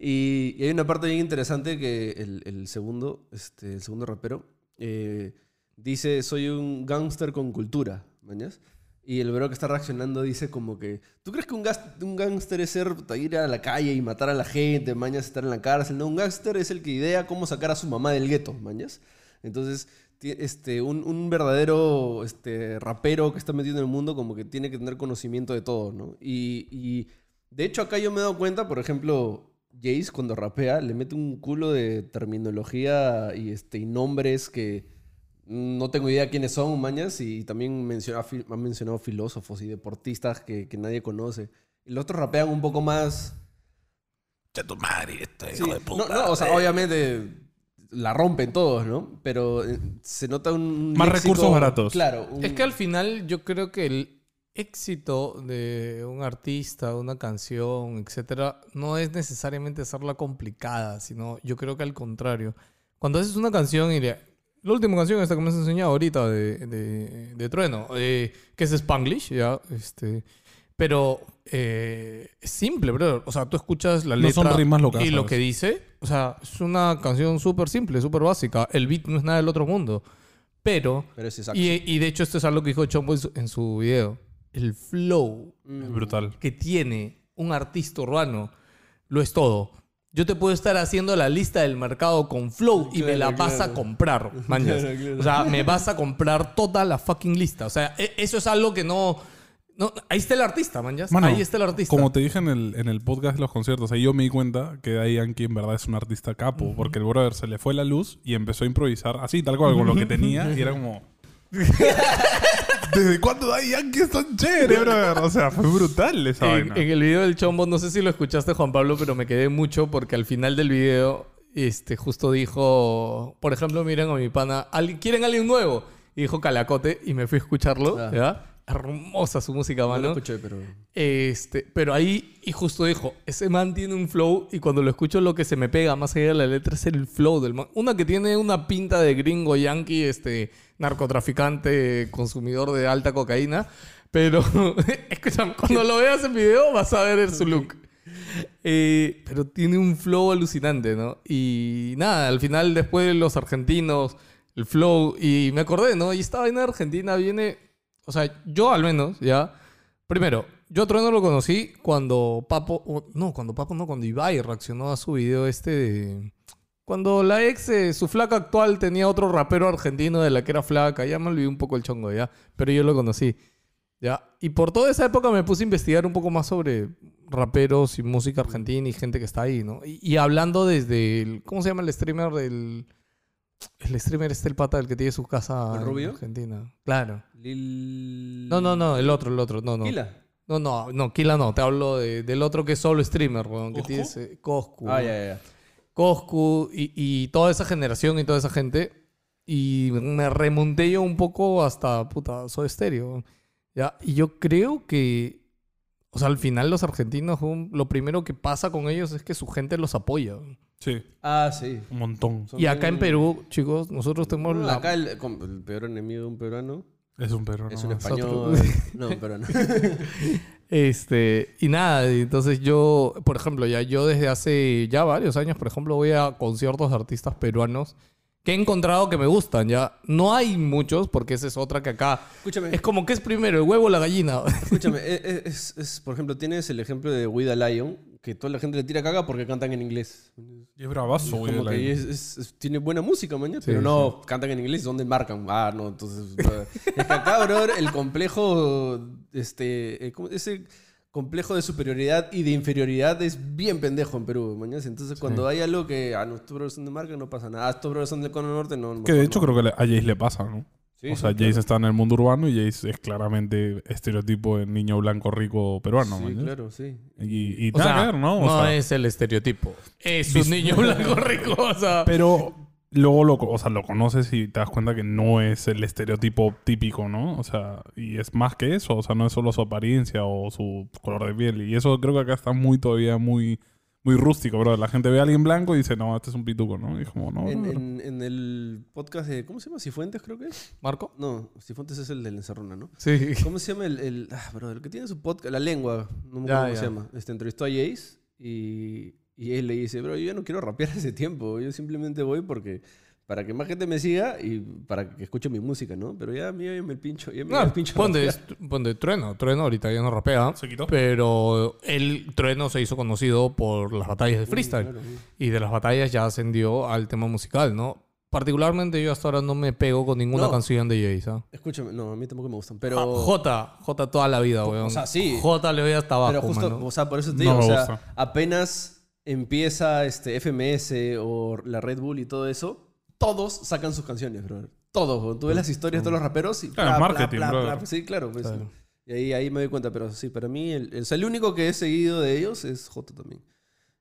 Speaker 1: Y, y hay una parte bien interesante que el, el segundo, este, el segundo rapero, eh, dice, soy un gángster con cultura, ¿mañas? Y el bro que está reaccionando dice como que, ¿tú crees que un, gas- un gángster es ser, puta, ir a la calle y matar a la gente, mañas, estar en la cárcel? No, un gángster es el que idea cómo sacar a su mamá del gueto, mañas. Entonces, ti- este, un, un verdadero este, rapero que está metido en el mundo como que tiene que tener conocimiento de todo, ¿no? Y, y de hecho acá yo me he dado cuenta, por ejemplo, Jace cuando rapea le mete un culo de terminología y, este, y nombres que no tengo idea quiénes son, mañas, y también menciona, fi- han mencionado filósofos y deportistas que, que nadie conoce. Y los otros rapean un poco más... Sí, No, no, o sea, obviamente la rompen todos, ¿no? Pero eh, se nota un.
Speaker 2: Más recursos baratos.
Speaker 1: Claro. un-
Speaker 3: Es que al final yo creo que el éxito de un artista, una canción, etcétera, no es necesariamente hacerla complicada, sino yo creo que al contrario. Cuando haces una canción y le- La última canción esta que me has enseñado ahorita de, de- de Trueno, eh, que es Spanglish, ya, este... Pero eh, es simple, bro. O sea, tú escuchas la
Speaker 2: No
Speaker 3: letra
Speaker 2: son rimas locas,
Speaker 3: y lo
Speaker 2: ¿sabes?
Speaker 3: que dice. O sea, es una canción súper simple, súper básica. El beat no es nada del otro mundo. Pero
Speaker 1: Pero es exacto.
Speaker 3: y, y de hecho, esto es algo que dijo Chombo en su, en su video. El flow
Speaker 2: Es brutal.
Speaker 3: que tiene un artista urbano lo es todo. Yo te puedo estar haciendo la lista del mercado con flow y me la
Speaker 1: Claro,
Speaker 3: vas
Speaker 1: claro. [laughs]
Speaker 3: a comprar, manjas.
Speaker 1: Claro, claro.
Speaker 3: O sea, me vas a comprar toda la fucking lista. O sea, e- eso es algo que no. no ahí está el artista, manjas.
Speaker 2: Mano,
Speaker 3: ahí está el artista.
Speaker 2: Como te dije en el, en el podcast de los conciertos, ahí yo me di cuenta que Daddy Yankee en verdad es un artista capo, porque el brother se le fue
Speaker 3: [laughs]
Speaker 2: la luz y empezó a improvisar así, tal cual, con lo que tenía, y era como. ¿Desde cuándo hay Yankees tan chévere, brother? O sea, fue brutal esa
Speaker 3: En,
Speaker 2: vaina.
Speaker 3: en el video del chombo, no sé si lo escuchaste, Juan Pablo, pero me quedé mucho porque al final del video, este, justo dijo, por ejemplo, miren a mi pana, "Al- ¿quieren alguien nuevo? Y dijo Calacote y me fui a escucharlo,
Speaker 1: Ah.
Speaker 3: ¿ya? Hermosa su música,
Speaker 1: No lo
Speaker 3: mano.
Speaker 1: escuché, pero.
Speaker 3: Este, pero ahí, y justo dijo, ese man tiene un flow y cuando lo escucho lo que se me pega más allá de la letra es el flow del man. Una que tiene una pinta de gringo yankee, este, narcotraficante, consumidor de alta cocaína, pero [laughs] escúchame, cuando lo veas en video vas a ver su look. Eh, pero tiene un flow alucinante, ¿no? Y nada, al final después los argentinos, el flow, y me acordé, ¿no? Y esta vaina argentina viene, o sea, yo al menos, ya. Primero, yo a Trueno lo conocí cuando Papo, o- no, cuando Papo no, cuando Ibai reaccionó a su video este de... Cuando la ex, eh, su flaca actual, tenía otro rapero argentino de la que era flaca, ya me olvidé un poco el chongo, ya, pero yo lo conocí. ¿Ya? Y por toda esa época me puse a investigar un poco más sobre raperos y música argentina y gente que está ahí, ¿no? Y, y hablando desde el... ¿Cómo se llama el streamer del... El streamer este, el pata del que tiene su casa
Speaker 1: ¿El
Speaker 3: en
Speaker 1: rubio?
Speaker 3: Argentina. Claro.
Speaker 1: Lil.
Speaker 3: No, no, no, el otro, el otro, no, no.
Speaker 1: Kila.
Speaker 3: No, no, no, Kila no, te hablo de- del otro que es solo streamer, weón, que
Speaker 2: ¿Coscu?
Speaker 3: tiene ese- Coscu.
Speaker 1: Ah, ya, ya.
Speaker 3: Coscu y, y toda esa generación y toda esa gente. Y me remonté yo un poco hasta, puta, Soy Stereo. ¿ya? Y yo creo que, o sea, al final los argentinos, weón, lo primero que pasa con ellos es que su gente los apoya. weón.
Speaker 2: Sí,
Speaker 1: Ah, sí.
Speaker 2: un montón.
Speaker 1: Son
Speaker 3: Y acá en
Speaker 1: bien-
Speaker 3: Perú, chicos, nosotros tenemos la...
Speaker 1: Acá el, com- el peor enemigo de un peruano
Speaker 2: Es un perro.
Speaker 1: es
Speaker 2: no
Speaker 1: un
Speaker 2: más.
Speaker 1: español.
Speaker 3: Nosotros- [laughs]
Speaker 1: No, un peruano.
Speaker 3: Este, y nada, y entonces yo, por ejemplo, ya yo desde hace ya varios años, por ejemplo, voy a conciertos de artistas peruanos que he encontrado que me gustan, ya. No hay muchos, porque esa es otra que acá.
Speaker 1: Escúchame.
Speaker 3: Es como que es primero, el huevo o la gallina. [laughs]
Speaker 1: Escúchame, e- e- es, es- por ejemplo, tienes el ejemplo de With a Lion, que toda la gente le tira caga porque cantan en inglés.
Speaker 2: Y es bravazo,
Speaker 1: Como
Speaker 2: güey. la-
Speaker 1: que es- es- es- tiene buena música, mañana,
Speaker 3: Sí,
Speaker 1: pero no cantan en inglés, ¿dónde marcan? Ah, no, entonces. ah. es que acá, bro, el complejo. Este, eh, ¿cómo? ese complejo de superioridad y de inferioridad es bien pendejo en Perú, mañana. Entonces, cuando hay algo que. Ah, no, estos brothers son de marca, no pasa nada. Ah, estos brothers son del Cono Norte, no.
Speaker 2: Que de hecho creo que le- a Jace le pasa, ¿no?
Speaker 1: Sí,
Speaker 2: o sea,
Speaker 1: sí,
Speaker 2: Jace está en el mundo urbano y Jace es claramente estereotipo de niño blanco rico peruano,
Speaker 1: Sí,
Speaker 2: man.
Speaker 1: claro, sí.
Speaker 2: Y, y
Speaker 3: O
Speaker 2: nada
Speaker 3: sea,
Speaker 2: que ver, ¿no? O sea,
Speaker 3: es el estereotipo. Es
Speaker 2: [laughs]
Speaker 3: un niño blanco rico, o sea.
Speaker 2: Pero luego lo, o sea, lo conoces y te das cuenta que no es el estereotipo típico, ¿no? O sea, y es más que eso, o sea, no es solo su apariencia o su color de piel. Y eso creo que acá está muy todavía muy, muy rústico, bro. La gente ve a alguien blanco y dice, no, este es un pituco, ¿no? Y es como, no.
Speaker 1: En,
Speaker 2: brother".
Speaker 1: en- en el podcast de. ¿Cómo se llama? Cifuentes, creo que es.
Speaker 3: ¿Marco?
Speaker 1: No, Cifuentes es el del Encerrona, ¿no?
Speaker 2: [laughs]
Speaker 3: Sí.
Speaker 1: ¿Cómo se llama el, el- ah, bro, el que tiene su podcast? La lengua, no me
Speaker 3: Ya,
Speaker 1: acuerdo cómo
Speaker 3: ya.
Speaker 1: se llama. Este, entrevistó a Jace y, y Jace le dice, bro, yo ya no quiero rapear ese tiempo, yo simplemente voy porque para que más gente me siga y para que escuche mi música, ¿no? Pero ya a mí ya me el pincho, ya me
Speaker 3: No,
Speaker 1: el pincho.
Speaker 3: ponte,
Speaker 1: rapear.
Speaker 3: est- ponte trueno, trueno ahorita ya no rapea.
Speaker 2: ¿Se quitó?
Speaker 3: Pero el trueno se hizo conocido por las batallas de freestyle.
Speaker 1: Claro, sí.
Speaker 3: Y de las batallas ya ascendió al tema musical, ¿no? Particularmente yo hasta ahora no me pego con ninguna
Speaker 1: No.
Speaker 3: canción de Jace. ¿ah?
Speaker 1: Escúchame, no, a mí tampoco me gustan,
Speaker 3: Ah,
Speaker 1: pero...
Speaker 3: J, J toda la vida, weón.
Speaker 1: sea, sí.
Speaker 3: J le voy hasta abajo.
Speaker 1: Pero justo,
Speaker 3: mano.
Speaker 1: o sea, por eso te digo,
Speaker 2: No me
Speaker 1: o sea,
Speaker 2: gusta.
Speaker 1: apenas empieza este FMS o la Red Bull y todo eso, todos sacan sus canciones, brother. Todos, bro. tú ves las historias de todos los raperos y
Speaker 2: Claro, marketing, brother.
Speaker 1: sí, claro, pues,
Speaker 3: Claro.
Speaker 1: Y ahí, ahí me doy cuenta, pero sí, para mí el, el, o sea, el único que he seguido de ellos es Joto también.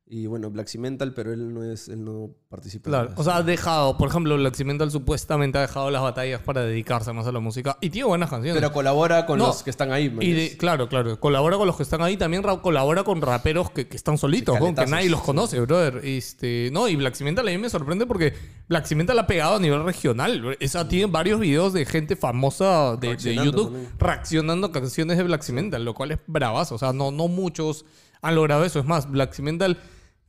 Speaker 1: Y bueno, Black Cimental, pero él no es él no participa. en
Speaker 3: Claro,
Speaker 1: las-
Speaker 3: o sea, ha dejado, por ejemplo, Black Cimental supuestamente ha dejado las batallas para dedicarse más a la música. Y tiene buenas canciones.
Speaker 1: pero colabora con
Speaker 3: No.
Speaker 1: los que están ahí, man.
Speaker 3: Y de- claro, claro. Colabora con los que están ahí. También ra- colabora con raperos que, que están solitos,
Speaker 1: Sí,
Speaker 3: con que
Speaker 1: caletazos,
Speaker 3: nadie los
Speaker 1: sí.
Speaker 3: conoce, brother. Este, no, y Black Cimental a mí me sorprende porque Black Cimental ha pegado a nivel regional. bro. Esa tiene varios videos de gente famosa de, de
Speaker 1: Reaccionando
Speaker 3: YouTube
Speaker 1: también.
Speaker 3: reaccionando a canciones de Black Cimental, lo cual es bravazo. O sea, no, no muchos han logrado eso. Es más, Black Cimental.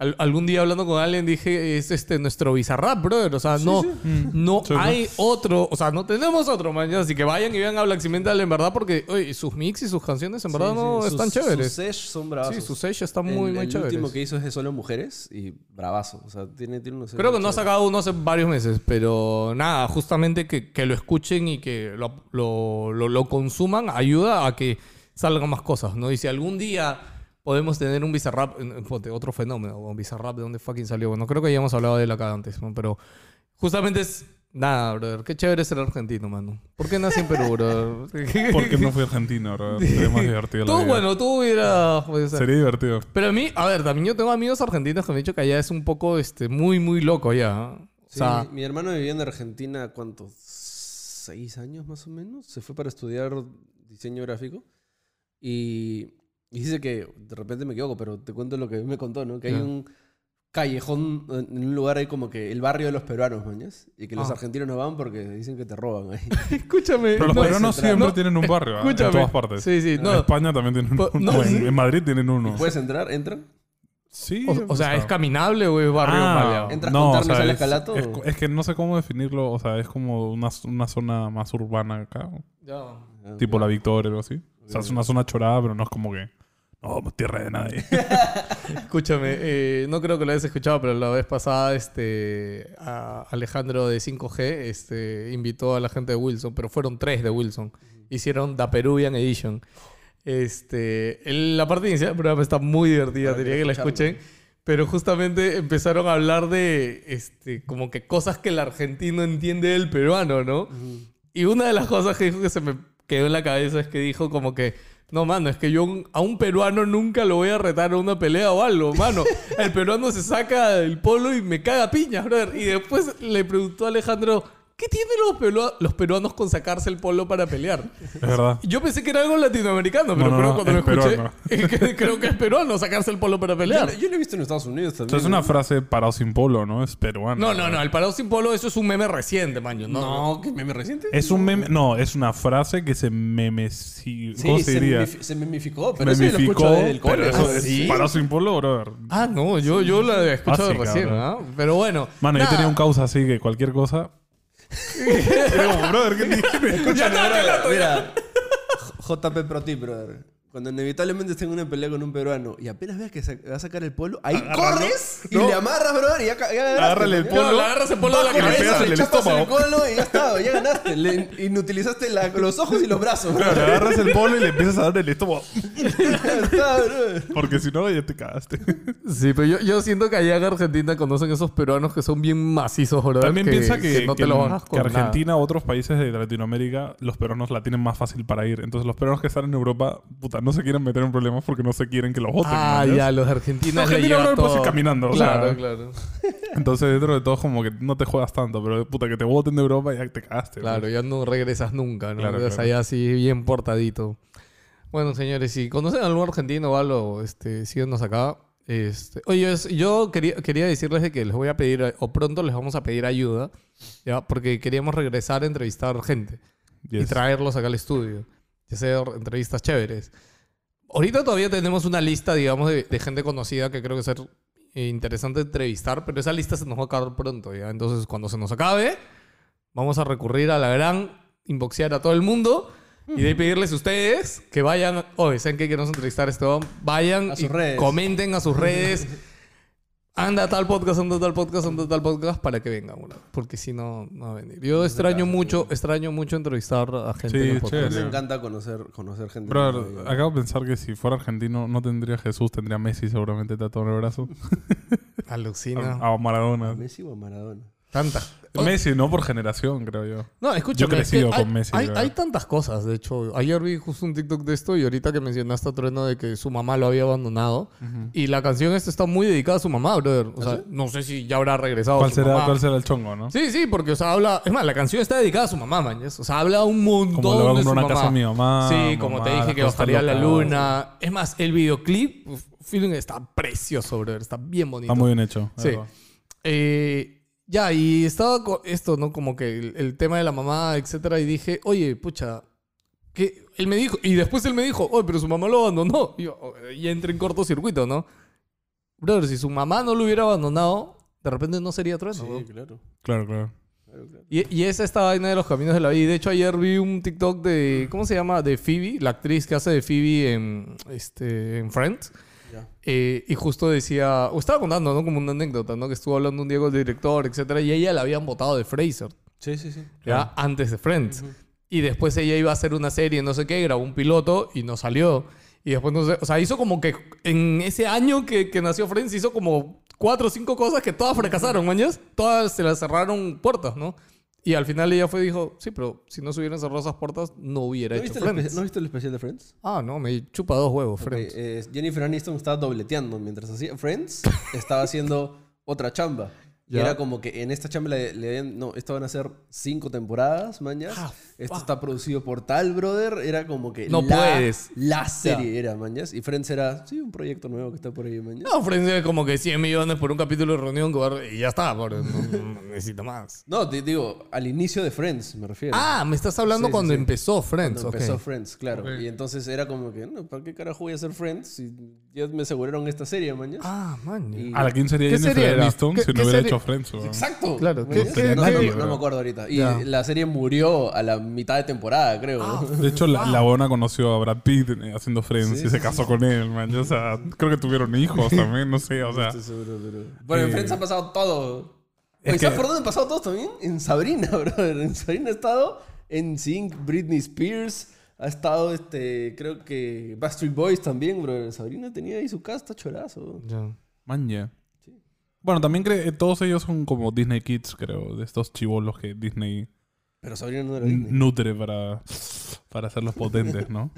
Speaker 3: al- algún día hablando con alguien dije, es este nuestro bizarrap, brother. O sea, no, Mm. no
Speaker 2: Sí, sí.
Speaker 3: hay otro, o sea, no tenemos otro mañana, así que vayan y vean a Black Cimental en verdad, porque oye, sus mix y sus canciones en
Speaker 1: Sí,
Speaker 3: verdad
Speaker 1: sí,
Speaker 3: no
Speaker 1: sus-
Speaker 3: están chéveres.
Speaker 1: Sus sesh son bravazos.
Speaker 3: sí, su sello está muy,
Speaker 1: el,
Speaker 3: muy
Speaker 1: el
Speaker 3: chévere.
Speaker 1: último que hizo es de solo mujeres y bravazo. O sea, tiene, tiene unos
Speaker 3: Creo que
Speaker 1: muy
Speaker 3: no ha
Speaker 1: chéveres.
Speaker 3: sacado uno hace varios meses, pero nada, justamente que, que lo escuchen y que lo, lo- lo- lo consuman ayuda a que salgan más cosas, ¿no? Y si algún día podemos tener un Bizarrap, eh, ponte, otro fenómeno, un Bizarrap de dónde fucking salió, bueno, creo que ya hemos hablado de él acá antes, ¿no? pero justamente es Nada, brother. Qué chévere ser argentino, mano. ¿Por qué nací en Perú,
Speaker 2: [laughs]
Speaker 3: brother?
Speaker 2: Porque no fui argentino, bro? Sería más divertido. la
Speaker 3: Tú,
Speaker 2: vida.
Speaker 3: bueno, tú hubieras... podido ser.
Speaker 2: Sería divertido.
Speaker 3: Pero a mí, a ver, también yo tengo amigos argentinos que me han dicho que allá es un poco, este, muy, muy loco allá. ¿eh? O
Speaker 1: Sí,
Speaker 3: sea,
Speaker 1: mi, mi hermano vivía en Argentina, ¿cuántos? ¿Seis años más o menos? Se fue para estudiar diseño gráfico. Y, y dice que, de repente me equivoco, pero te cuento lo que me contó, ¿no? Que hay
Speaker 3: Ya.
Speaker 1: un callejón, en un lugar ahí como que el barrio de los peruanos, mañas. Y que los
Speaker 3: Ah.
Speaker 1: argentinos no van porque dicen que te roban ahí.
Speaker 3: escúchame.
Speaker 2: Pero los
Speaker 3: no,
Speaker 2: peruanos
Speaker 1: entrar.
Speaker 2: siempre
Speaker 3: No,
Speaker 2: tienen un barrio, ¿ah? en
Speaker 3: escúchame.
Speaker 2: todas partes.
Speaker 3: Sí, sí,
Speaker 2: En
Speaker 3: no.
Speaker 2: España también tienen
Speaker 3: Po-
Speaker 2: uno.
Speaker 3: no, Pues,
Speaker 2: en, en Madrid tienen uno.
Speaker 1: ¿Puedes entrar? ¿Entra?
Speaker 2: Sí.
Speaker 3: O, o sea, ¿es caminable o es barrio
Speaker 2: Ah,
Speaker 3: maleado?
Speaker 1: Entras con Termes al
Speaker 2: es-
Speaker 1: Escalato,
Speaker 2: Es,
Speaker 1: o-
Speaker 2: es que no sé cómo definirlo. O sea, es como una, una zona más urbana acá.
Speaker 3: Ya.
Speaker 1: Ah,
Speaker 2: Tipo La Victoria o algo así. O sea, es una zona chorada, pero no es como que... No, tierra de nadie. [laughs]
Speaker 3: Escúchame, eh, no creo que lo hayas escuchado, pero la vez pasada este, a Alejandro de 5G este, invitó a la gente de Wilson, pero fueron tres de Wilson. Hicieron The Peruvian Edition. Este, el- la parte inicial del programa está muy divertida,
Speaker 1: Habrá que
Speaker 3: diría que la
Speaker 1: escucharlo.
Speaker 3: escuchen. Pero justamente empezaron a hablar de este, como que cosas que el argentino entiende del peruano, ¿no? Y una de las cosas que dijo que se me quedó en la cabeza es que dijo como que, no, mano, es que yo un- a un peruano nunca lo voy a retar a una pelea o algo, mano. El peruano se saca el polo y me caga a piñas, brother. Y después le preguntó a Alejandro, ¿qué tienen los, pelua- los peruanos con sacarse el polo para pelear?
Speaker 2: es verdad.
Speaker 3: Yo pensé que era algo latinoamericano,
Speaker 2: No,
Speaker 3: pero
Speaker 2: no,
Speaker 3: creo
Speaker 2: no,
Speaker 3: cuando lo
Speaker 2: es
Speaker 3: escuché, [laughs]
Speaker 2: peruano.
Speaker 3: es que creo que es peruano sacarse el polo para
Speaker 1: Yo,
Speaker 3: pelear.
Speaker 1: lo- yo lo he visto en Estados Unidos
Speaker 2: O
Speaker 1: también.
Speaker 2: sea, es una
Speaker 1: ¿no?
Speaker 2: frase parado sin polo, ¿no? Es peruano.
Speaker 3: No, no, no, el parado sin polo, eso es un meme reciente, man. yo No,
Speaker 1: No, que meme reciente.
Speaker 2: Es un meme... No, es una frase que se memeci...
Speaker 1: Sí,
Speaker 2: ¿Cómo se
Speaker 1: se,
Speaker 2: diría?
Speaker 1: memifi- se memificó, pero eso yo lo
Speaker 2: Memificó.
Speaker 1: escucho desde el
Speaker 2: Pero
Speaker 1: cole.
Speaker 2: eso
Speaker 1: ¿no?
Speaker 2: es
Speaker 1: Sí.
Speaker 2: parado sin polo, brother.
Speaker 3: Ah, no, yo, yo la he escuchado
Speaker 2: Básica,
Speaker 3: recién,
Speaker 2: bro.
Speaker 3: ¿ah? Pero bueno.
Speaker 2: Mano, yo
Speaker 3: nada.
Speaker 2: tenía
Speaker 3: [laughs]
Speaker 2: un causa así que cualquier cosa... Era como, brother, ¿qué dijiste?
Speaker 1: Escúchame, brother, mira. JP Pro Tip, brother. Cuando inevitablemente esté en una pelea con un peruano y apenas veas que sa- va a sacar el polo, ahí corres y
Speaker 2: No.
Speaker 1: le amarras, brother, y ya, ca- ya ganaste.
Speaker 2: Agárrale el
Speaker 1: ¿no?
Speaker 3: Polo,
Speaker 2: Polo,
Speaker 3: le agarras el polo a la
Speaker 2: y le
Speaker 3: cabeza.
Speaker 2: pegas en
Speaker 1: le
Speaker 2: el
Speaker 1: chapas en el
Speaker 2: estómago.
Speaker 1: colo y ya está, ya ganaste. Le inutilizaste la- los ojos y los brazos,
Speaker 2: Claro, le
Speaker 1: brother.
Speaker 2: agarras el polo y le empiezas a dar el estómago.
Speaker 1: Ya está, brother.
Speaker 2: Porque si no, ya te cagaste.
Speaker 3: Sí, pero yo, yo siento que allá en Argentina conocen esos peruanos que son bien macizos, bro.
Speaker 2: También piensa que,
Speaker 3: no te
Speaker 2: que-
Speaker 3: lo bajas
Speaker 2: que
Speaker 3: con nada.
Speaker 2: Argentina u otros países de Latinoamérica, los peruanos la tienen más fácil para ir. Entonces, los peruanos que están en Europa, puta, no se quieren meter en problemas porque no se quieren que los voten.
Speaker 3: Ah,
Speaker 2: ¿no?
Speaker 3: ya, los argentinos
Speaker 2: Los
Speaker 3: le
Speaker 2: argentinos
Speaker 3: llega
Speaker 2: no lo
Speaker 3: todo.
Speaker 2: pasan caminando, o
Speaker 3: Claro,
Speaker 2: sea.
Speaker 3: claro.
Speaker 2: Entonces, dentro de todo, como que no te juegas tanto, pero puta, que te voten de Europa, ya te cagaste. ¿no?
Speaker 3: Claro, ya no regresas nunca, ¿no?
Speaker 2: pues. Claro,
Speaker 3: Regresas
Speaker 2: claro.
Speaker 3: allá así bien portadito. Bueno, señores, si conocen a algún argentino o algo, este, síguenos acá. Este, oye, es- yo quería, quería decirles de que les voy a pedir, o pronto les vamos a pedir ayuda, ¿ya? porque queríamos regresar a entrevistar gente y
Speaker 2: Yes.
Speaker 3: traerlos acá al estudio y hacer entrevistas chéveres. Ahorita todavía tenemos una lista, digamos, de, de gente conocida que creo que ser interesante entrevistar, pero esa lista se nos va a acabar pronto, ¿ya? Entonces, cuando se nos acabe, vamos a recurrir a la gran, inboxear a todo el mundo y
Speaker 1: Mm.
Speaker 3: de ahí pedirles a ustedes que vayan, oye, ¿saben qué queremos entrevistar a este hombre? Vayan
Speaker 1: A
Speaker 3: y
Speaker 1: sus redes.
Speaker 3: comenten a sus redes.
Speaker 1: [laughs]
Speaker 3: Anda tal podcast, anda tal podcast, anda tal podcast para que vengan, boludo. Porque si no, no va a venir. Yo extraño mucho, extraño mucho entrevistar a gente
Speaker 2: Sí,
Speaker 3: en el podcast.
Speaker 2: chévere.
Speaker 1: Me encanta conocer, conocer gente.
Speaker 2: Bro,
Speaker 1: nueva,
Speaker 2: acabo de pensar que si fuera argentino no tendría a Jesús, tendría a Messi seguramente tatuado en el
Speaker 3: [laughs]
Speaker 2: brazo.
Speaker 3: Alucina.
Speaker 2: A, a Maradona.
Speaker 1: Messi o Maradona.
Speaker 3: Tantas.
Speaker 2: Messi, no por generación, creo yo.
Speaker 3: No, escúchame.
Speaker 2: Yo he
Speaker 3: es que
Speaker 2: crecido
Speaker 3: hay,
Speaker 2: con Messi,
Speaker 3: Hay,
Speaker 2: ¿verdad?
Speaker 3: hay tantas cosas, de hecho. Ayer vi justo un TikTok de esto y ahorita que mencionaste a Trueno de que su mamá lo había abandonado. Y la canción esta está muy dedicada a su mamá, brother. O sea, no sé si ya habrá regresado
Speaker 2: ¿Cuál
Speaker 3: su
Speaker 2: será,
Speaker 3: mamá.
Speaker 2: ¿Cuál será el chongo, no?
Speaker 3: Sí, sí, porque, o sea, habla... Es más, la canción está dedicada a su mamá, mañas. O sea, habla un montón
Speaker 2: Como le va a
Speaker 3: de su
Speaker 2: comprar una
Speaker 3: mamá.
Speaker 2: casa a mi mamá.
Speaker 3: sí, como te
Speaker 2: mamá,
Speaker 3: dije,
Speaker 2: la
Speaker 3: que
Speaker 2: cosa está
Speaker 3: bajaría la
Speaker 2: loca.
Speaker 3: luna. Es más, el videoclip, uf, feeling está precioso, brother. Está bien
Speaker 2: Está
Speaker 3: bonito.
Speaker 2: Ah, muy bien hecho. la
Speaker 3: Sí.
Speaker 2: verdad.
Speaker 3: Eh, ya, y estaba co- esto, ¿no? Como que el, el tema de la mamá, etcétera, y dije, oye, pucha, que él me dijo, y después él me dijo, oye, pero su mamá lo abandonó. [laughs] Y yo, "Oh, ya entré en cortocircuito, ¿no? Brother, si su mamá no lo hubiera abandonado, de repente no sería trueno.
Speaker 1: Sí,
Speaker 3: weón.
Speaker 1: claro.
Speaker 2: Claro, claro.
Speaker 1: claro, claro.
Speaker 3: Y, y es esta vaina de los caminos de la vida. Y de hecho, ayer vi un TikTok de, ¿cómo se llama? De Phoebe, la actriz que hace de Phoebe en, este, en Friends.
Speaker 1: Ya.
Speaker 3: Eh, y justo decía, o estaba contando, ¿no? Como una anécdota, ¿no? Que estuvo hablando un día con el director, etcétera, y ella la habían votado de Fraser,
Speaker 1: Sí, sí, sí.
Speaker 3: ¿ya? Antes de Friends. Y después ella iba a hacer una serie, no sé qué, grabó un piloto y no salió. Y después, no sé, o sea, hizo como que en ese año que, que nació Friends, hizo como cuatro o cinco cosas que todas fracasaron, mañas. Todas se las cerraron puertas, ¿no? Y al final ella fue y dijo, sí, pero si no se hubieran cerrado esas puertas, no hubiera
Speaker 1: ¿No
Speaker 3: hecho
Speaker 1: viste, el,
Speaker 3: Friends.
Speaker 1: espe- ¿no viste el especial de Friends?
Speaker 3: Ah, no, me chupa dos huevos,
Speaker 1: Ok,
Speaker 3: Friends.
Speaker 1: eh, Jennifer Aniston estaba dobleteando mientras hacía
Speaker 3: [laughs]
Speaker 1: Friends, estaba haciendo otra chamba. Y
Speaker 3: Ya.
Speaker 1: era como que en esta chamba le, le habían. No, esto van a ser cinco temporadas, mañas.
Speaker 3: Ah,
Speaker 1: esto
Speaker 3: fuck.
Speaker 1: está producido por tal, brother. Era como que.
Speaker 3: No
Speaker 1: la,
Speaker 3: puedes.
Speaker 1: La serie era, mañas. Y Friends era. Sí, un proyecto nuevo que está por ahí, mañas.
Speaker 3: No, Friends es como que 100 millones por un capítulo de reunión que va- y ya está, por- no, no
Speaker 1: [laughs]
Speaker 3: necesito más.
Speaker 1: No, te digo, al inicio de Friends, me refiero.
Speaker 3: Ah, me estás hablando
Speaker 1: Sí, sí,
Speaker 3: cuando
Speaker 1: sí.
Speaker 3: empezó Friends.
Speaker 1: Cuando
Speaker 3: ok.
Speaker 1: empezó Friends, claro.
Speaker 3: Ok.
Speaker 1: Y entonces era como que, no, ¿para qué carajo voy a hacer Friends si ya me aseguraron esta serie, mañas?
Speaker 3: Ah, man.
Speaker 1: Y-
Speaker 2: A la 15 sería
Speaker 3: ¿Qué
Speaker 2: Jennifer
Speaker 3: serie era?
Speaker 2: Aniston
Speaker 3: ¿Qué-
Speaker 2: si
Speaker 3: qué
Speaker 2: no hubiera
Speaker 3: serie?
Speaker 2: hecho Friends. weón.
Speaker 1: Exacto.
Speaker 3: Claro,
Speaker 1: ¿Me
Speaker 3: ¿qué-
Speaker 1: entiendes?
Speaker 2: qué-
Speaker 1: no,
Speaker 2: qué-
Speaker 1: no,
Speaker 2: qué-
Speaker 1: no me acuerdo ahorita. Y
Speaker 3: Ya.
Speaker 1: la serie murió a la mitad de temporada, creo. [laughs]
Speaker 2: De hecho, la, la buena conoció a Brad Pitt eh, haciendo Friends
Speaker 1: Sí,
Speaker 2: y se casó con él, man. O sea, creo que tuvieron hijos también, no sé, o sea.
Speaker 1: Estoy seguro, pero- Bueno, en
Speaker 2: Eh,
Speaker 1: Friends ha pasado todo.
Speaker 2: es
Speaker 1: Oye, ¿Sabes
Speaker 2: que-
Speaker 1: por dónde han pasado todos también? En Sabrina, [laughs] brother. En Sabrina ha estado en Sync, Britney Spears. Ha estado, este, creo que Backstreet Boys también, brother. Sabrina tenía ahí su casta chorazo.
Speaker 3: Ya.
Speaker 2: Man, ya. Bueno, también cre- eh, todos ellos son como Disney Kids, creo, de estos chivolos que Disney
Speaker 1: Pero Sabrina no era
Speaker 2: n-
Speaker 1: Britney.
Speaker 2: nutre para, para hacerlos potentes, ¿no?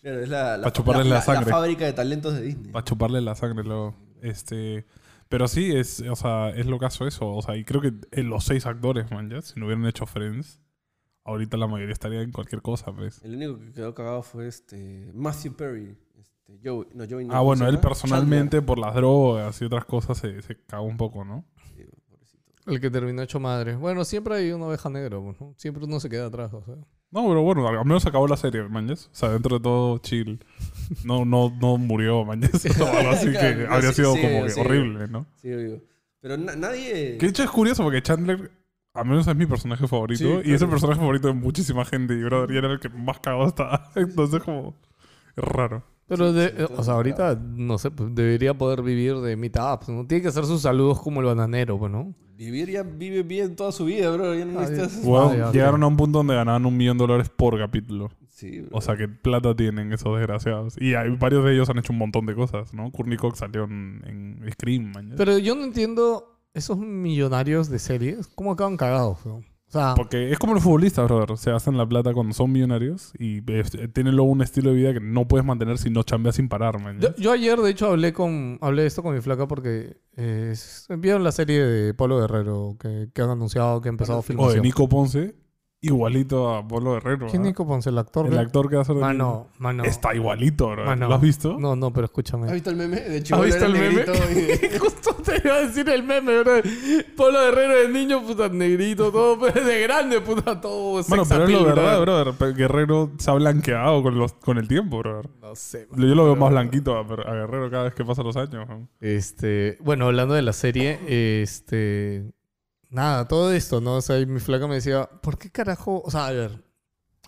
Speaker 1: Claro, es la, la,
Speaker 2: Pa' chuparles la sangre.
Speaker 1: fábrica de talentos de Disney.
Speaker 2: Para chuparle la sangre luego. Este, pero sí, es, o sea, es lo caso eso. O sea, y creo que eh, los seis actores, man, ya, si no hubieran hecho Friends, ahorita la mayoría estaría en cualquier cosa, pues.
Speaker 1: El único que quedó cagado fue este Matthew Perry. Este, Joey, no, Joey no,
Speaker 2: Ah,
Speaker 1: ¿cómo
Speaker 2: bueno,
Speaker 1: se
Speaker 2: él
Speaker 1: llama?
Speaker 2: personalmente por las drogas y otras cosas se, se cagó un poco, ¿no?
Speaker 1: Chandler. Sí, pobrecito.
Speaker 3: El que terminó hecho madre. Bueno, siempre hay una oveja negra, pues, ¿no? Siempre uno se queda atrás, o sea.
Speaker 2: No, pero bueno, al al menos acabó la serie, manches. O sea, dentro de todo, chill. No, no, no
Speaker 1: [laughs]
Speaker 2: murió, [laughs] manches. O algo así que
Speaker 1: Claro,
Speaker 2: habría
Speaker 1: sí,
Speaker 2: sido
Speaker 1: sí,
Speaker 2: como que
Speaker 1: sí.
Speaker 2: horrible, ¿no?
Speaker 1: Sí, digo. Pero na- nadie.
Speaker 2: Que de hecho es curioso porque Chandler, al menos es mi personaje favorito.
Speaker 1: Sí,
Speaker 2: Y es el
Speaker 1: claro.
Speaker 2: personaje favorito de muchísima gente. Y brother, y era el que más cagado estaba. [laughs] Entonces, como. Es raro.
Speaker 3: Pero,
Speaker 1: Sí,
Speaker 3: de- eh,
Speaker 1: sí, todo
Speaker 3: o sea, ahorita, no sé, pues, debería poder vivir de meetups, ¿no? Tiene que hacer sus saludos como el bananero, pues, ¿no?
Speaker 1: Vivir ya vive bien toda su vida, bro. Ya no
Speaker 3: Ah,
Speaker 1: necesitas.
Speaker 3: bien.
Speaker 2: Bueno,
Speaker 3: Madre, ok.
Speaker 2: llegaron a un punto donde ganaban un millón de dólares por capítulo.
Speaker 1: Sí, bro.
Speaker 2: O sea, que plata tienen esos desgraciados. Y hay, varios de ellos han hecho un montón de cosas, ¿no? Courtney Cox salió en, en Scream, man.
Speaker 3: Pero yo no entiendo esos millonarios de series, ¿cómo acaban cagados, no? O sea,
Speaker 2: Porque es como los futbolistas, brother. Se hacen la plata cuando son millonarios y eh, tienen luego un estilo de vida que no puedes mantener si no chambeas sin parar, man.
Speaker 3: yo, yo ayer, de hecho, hablé con hablé de esto con mi flaca porque eh, es- vieron la serie de Polo Guerrero que, que han anunciado que ha empezado
Speaker 2: O de
Speaker 3: filmación.
Speaker 2: Nico Ponce, igualito a Polo Herrero.
Speaker 3: ¿Quién
Speaker 2: ¿ah?
Speaker 3: Nico Ponce? ¿El actor?
Speaker 2: El
Speaker 3: de- Ah,
Speaker 2: actor que va a ser de
Speaker 3: Mano, mano.
Speaker 2: Nico. Está igualito, brother.
Speaker 3: mano.
Speaker 2: ¿Lo has visto?
Speaker 3: No, no, pero escúchame.
Speaker 1: ¿Has visto el meme? De hecho,
Speaker 3: ¿Has visto el meme? [laughs] Justo te iba a decir el meme, bro. Polo Guerrero de niño, puta, negrito, todo, [laughs] pero de grande, puta, todo.
Speaker 2: Bueno,
Speaker 3: sex
Speaker 2: pero es lo
Speaker 3: appeal,
Speaker 2: verdad,
Speaker 3: brother.
Speaker 2: brother. Pe- Guerrero se ha blanqueado con, los, con el tiempo, brother.
Speaker 3: No sé, man.
Speaker 2: Yo lo veo más blanquito a, a Guerrero cada vez que pasan los años. ¿no?
Speaker 3: Este, bueno, hablando de la serie, este. Nada, todo esto, ¿no? O sea, y mi flaca me decía, ¿por qué carajo? O sea, a ver,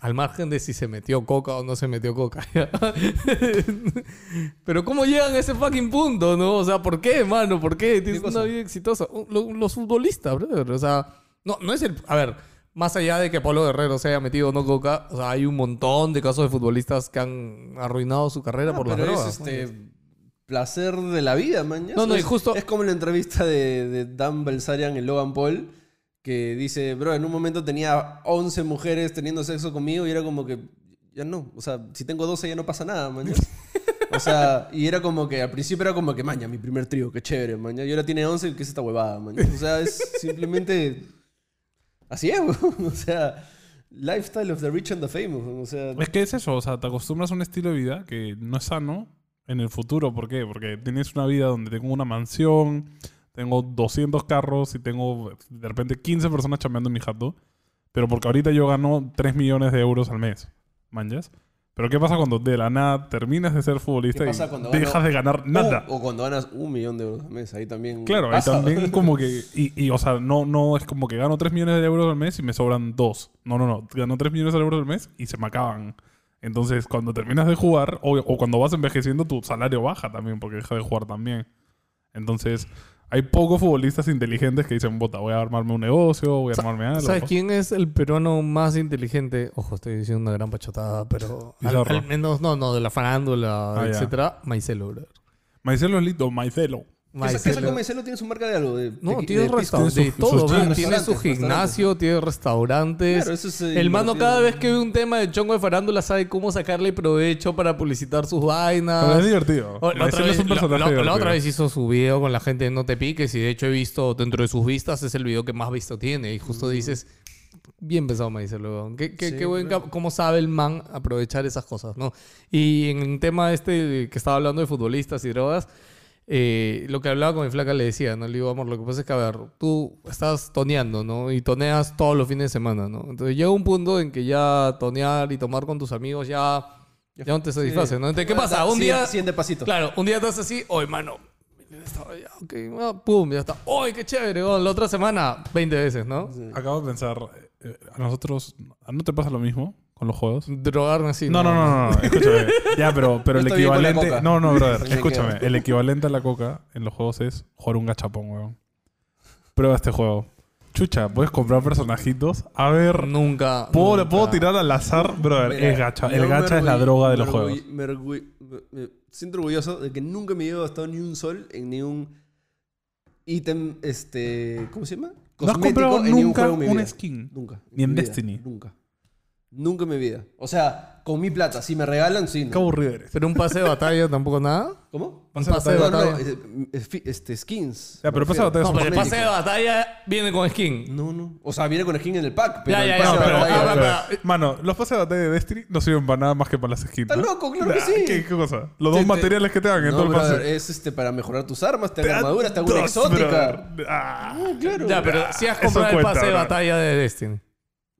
Speaker 3: al margen de si se metió coca o no se metió coca. [laughs] ya. Pero ¿cómo llegan a ese fucking punto, no? O sea, ¿por qué, mano? ¿Por qué? Tienes
Speaker 1: cosa?
Speaker 3: una vida exitosa. Uh, lo- Los futbolistas, brother. O sea, no, no es el. A ver, más allá de que Pablo Guerrero se haya metido o no coca, o sea, hay un montón de casos de futbolistas que han arruinado su carrera por las
Speaker 1: Ah, pero es
Speaker 3: drogas.
Speaker 1: este. Placer de la vida, man. ya.
Speaker 3: No, no,
Speaker 1: Es-
Speaker 3: y justo-
Speaker 1: Es como la entrevista de, de Dan Belsarian en Logan Paul. Que dice, bro, en un momento tenía 11 mujeres teniendo sexo conmigo y era como que, ya no. O sea, si tengo 12 ya no pasa nada, man. ya. O sea, y era como que al principio era como que, maña, mi primer trío, qué chévere, maña. Y ahora tiene 11, ¿qué es esta huevada, maña? O sea, es simplemente. Así es, [laughs] weón. O sea, lifestyle of the rich and the famous. weón. O sea,
Speaker 2: Es que es eso, o sea, te acostumbras a un estilo de vida que no es sano en el futuro. ¿Por qué? Porque tienes una vida donde tengo una mansión, tengo 200 carros y tengo de repente 15 personas chambeando en mi jato. Pero porque ahorita yo gano 3 millones de euros al mes. ¿Manjas? Pero ¿qué pasa cuando de la nada terminas de ser futbolista
Speaker 1: ¿Qué
Speaker 2: y
Speaker 1: pasa cuando
Speaker 2: dejas
Speaker 1: gano
Speaker 2: de ganar nada?
Speaker 1: O, o cuando ganas un millón de euros al mes, ahí también.
Speaker 2: Claro, ahí
Speaker 1: pasa. [laughs]
Speaker 2: también como que... Y, y, o sea, no, no es como que gano 3 millones de euros al mes y me sobran 2. No, no, no. Gano 3 millones de euros al mes y se me acaban. Entonces, cuando terminas de jugar o, o cuando vas envejeciendo, tu salario baja también porque deja de jugar también. Entonces, hay pocos futbolistas inteligentes que dicen, bota, voy a armarme un negocio, voy a armarme algo.
Speaker 3: ¿Sabes quién es el peruano más inteligente? Ojo, estoy diciendo una gran pachotada, pero al,
Speaker 2: Pizarro.
Speaker 3: al menos, no, no, de la farándula,
Speaker 2: Ah, ya.
Speaker 3: etcétera. Maicelo, brother.
Speaker 2: Maicelo es lindo, Maicelo.
Speaker 1: Esa, esa
Speaker 3: Maicelo.
Speaker 1: Comicello tiene su marca de algo. de-
Speaker 3: No,
Speaker 1: de-
Speaker 3: tiene
Speaker 1: de pisco.
Speaker 3: restaurantes. De
Speaker 2: sus- sus
Speaker 3: todo, ve,
Speaker 2: tiendas.
Speaker 3: tiene su
Speaker 1: Restaurantes,
Speaker 3: gimnasio, tiene restaurantes.
Speaker 1: Claro, eso es, eh,
Speaker 3: el mano,
Speaker 1: divertido.
Speaker 3: cada vez que ve un tema de chongo de farándula, sabe cómo sacarle provecho para publicitar sus vainas.
Speaker 2: Pero es divertido.
Speaker 3: Ah, O- La otra,
Speaker 2: Marcelo es
Speaker 3: vez,
Speaker 2: un personaje
Speaker 3: la- la- la
Speaker 2: divertido.
Speaker 3: otra vez hizo su video con la gente de No Te Piques y de hecho he visto dentro de sus vistas es el video que más visto tiene y
Speaker 2: Mm.
Speaker 3: justo dices, bien pensado me dice luego, qué, qué-
Speaker 1: Sí,
Speaker 3: qué buen, cap- cómo sabe el man aprovechar esas cosas, ¿no? Y en el tema este que estaba hablando de futbolistas y drogas, eh, lo que hablaba con mi flaca le decía, ¿no? Le digo, amor, lo que pasa es que, a ver, tú estás toneando, ¿no? Y toneas todos los fines de semana, ¿no? Entonces llega un punto en que ya tonear y tomar con tus amigos ya, ya no te satisface, ¿no? Entonces, ¿qué pasa? Un
Speaker 1: Siguiente-
Speaker 3: día...
Speaker 1: Siguiente pasito.
Speaker 3: Claro, un día estás así, hoy, mano. estaba ya, Ok, ah, pum, ya está. ¡Ay, qué chévere! oh, la otra semana, 20 veces, ¿no?
Speaker 2: Acabo de pensar, eh, a nosotros, ¿no te pasa lo mismo con los juegos?
Speaker 3: Drogarme así.
Speaker 2: No, no, no, no, no,
Speaker 1: [laughs]
Speaker 2: escúchame. Ya, pero, pero el
Speaker 1: Yo estoy bien con la
Speaker 2: equivalente.
Speaker 1: coca.
Speaker 2: No, no,
Speaker 1: Me
Speaker 2: brother,
Speaker 1: quedo.
Speaker 2: escúchame. El equivalente a la coca en los juegos es jugar un gachapón, weón. Prueba este juego. Chucha, puedes comprar personajitos. A ver,
Speaker 3: Nunca.
Speaker 2: ¿puedo,
Speaker 3: nunca.
Speaker 2: ¿puedo tirar al azar, brother?
Speaker 1: Mira,
Speaker 2: es gacha.
Speaker 1: yo
Speaker 2: El
Speaker 1: me
Speaker 2: gacha es la
Speaker 1: orgull-
Speaker 2: droga de
Speaker 1: me
Speaker 2: los juegos.
Speaker 1: orgull- me orgull- me- me siento orgulloso de que nunca me he gastado ni un sol en ningún ítem, este, ¿cómo se llama?
Speaker 2: No has
Speaker 1: Cosmético
Speaker 2: comprado
Speaker 1: en ningún
Speaker 2: nunca
Speaker 1: juego en mi
Speaker 2: un
Speaker 1: vida.
Speaker 2: skin.
Speaker 1: Nunca.
Speaker 2: Ni en
Speaker 1: mi vida,
Speaker 2: Destiny.
Speaker 1: Nunca. Nunca en mi vida. O sea, con mi plata, si me regalan, sí. ¿no?
Speaker 2: Qué aburrido eres.
Speaker 3: Pero un pase de batalla tampoco nada.
Speaker 1: ¿Cómo?
Speaker 3: Un
Speaker 2: Pase de
Speaker 3: pase de
Speaker 1: No, no,
Speaker 3: batalla.
Speaker 1: eh, eh, fi- este, skins.
Speaker 2: Ya, pero
Speaker 1: me
Speaker 2: pasa la
Speaker 1: refiero.
Speaker 2: batalla
Speaker 3: No, pero el
Speaker 1: Cosmético.
Speaker 3: pase de batalla viene con skin.
Speaker 1: No, no. O sea, viene con skin en el pack. Pero
Speaker 3: Ya,
Speaker 1: el
Speaker 3: ya,
Speaker 1: pase
Speaker 3: ya,
Speaker 1: de
Speaker 3: pero-
Speaker 1: batalla-
Speaker 3: ah, pero-
Speaker 2: Mano, los pases de batalla de Destiny no sirven para nada más que para las skins.
Speaker 1: Está
Speaker 2: ¿no?
Speaker 1: loco, claro que
Speaker 2: Ah,
Speaker 1: sí.
Speaker 2: ¿Qué, qué cosa? Los dos
Speaker 1: te-
Speaker 2: materiales que te dan en
Speaker 1: No,
Speaker 2: todo el
Speaker 1: brother, eh,
Speaker 2: pase.
Speaker 1: es este, para mejorar tus armas, te
Speaker 2: Te
Speaker 1: hago
Speaker 2: dan
Speaker 1: armaduras, te hago una
Speaker 2: dos,
Speaker 1: exótica.
Speaker 2: brother. Ah.
Speaker 1: Claro.
Speaker 3: Ya, pero si has
Speaker 2: Eso
Speaker 3: comprado el
Speaker 2: cuenta,
Speaker 3: pase de
Speaker 2: bro.
Speaker 3: batalla de Destiny.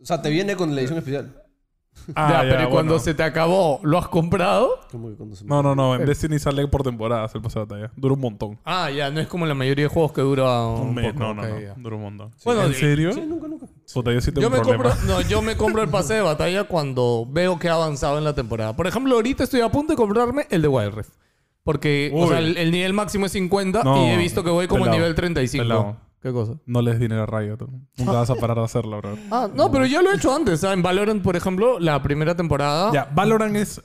Speaker 1: O sea, te viene con la edición especial.
Speaker 2: Ah,
Speaker 3: ya, pero
Speaker 2: ya,
Speaker 3: cuando
Speaker 2: bueno.
Speaker 3: se te acabó, ¿lo has comprado?
Speaker 1: ¿Cómo que cuando se
Speaker 2: No, no, no. En Destiny sale por temporadas el pase de batalla. Dura un montón.
Speaker 3: Ah, ya, no es como la mayoría de juegos que dura un,
Speaker 2: Un mes.
Speaker 3: poco,
Speaker 2: no, no,
Speaker 3: ok,
Speaker 2: no.
Speaker 3: ya.
Speaker 2: Dura un montón.
Speaker 3: Bueno,
Speaker 2: ¿En
Speaker 3: sí.
Speaker 2: serio?
Speaker 1: Sí, Eh, nunca, nunca.
Speaker 2: Puta, yo sí tengo
Speaker 3: Yo
Speaker 2: un
Speaker 3: me,
Speaker 2: problema.
Speaker 3: compro, no, yo me compro el pase de batalla cuando veo que ha avanzado en la temporada. Por ejemplo, ahorita estoy a punto de comprarme el de Wild Rift. Porque o
Speaker 2: Uy.
Speaker 3: sea, el, el nivel máximo es 50
Speaker 2: No,
Speaker 3: y he visto que voy como
Speaker 2: pelado,
Speaker 3: nivel 35.
Speaker 2: pelado.
Speaker 3: ¿Qué cosa?
Speaker 2: No le des dinero a Riot. Nunca vas
Speaker 3: [laughs]
Speaker 2: a parar de hacerlo, bro.
Speaker 3: Ah, no, pero ya lo he hecho antes. O sea, en Valorant, por ejemplo, la primera temporada.
Speaker 2: Ya, Valorant es,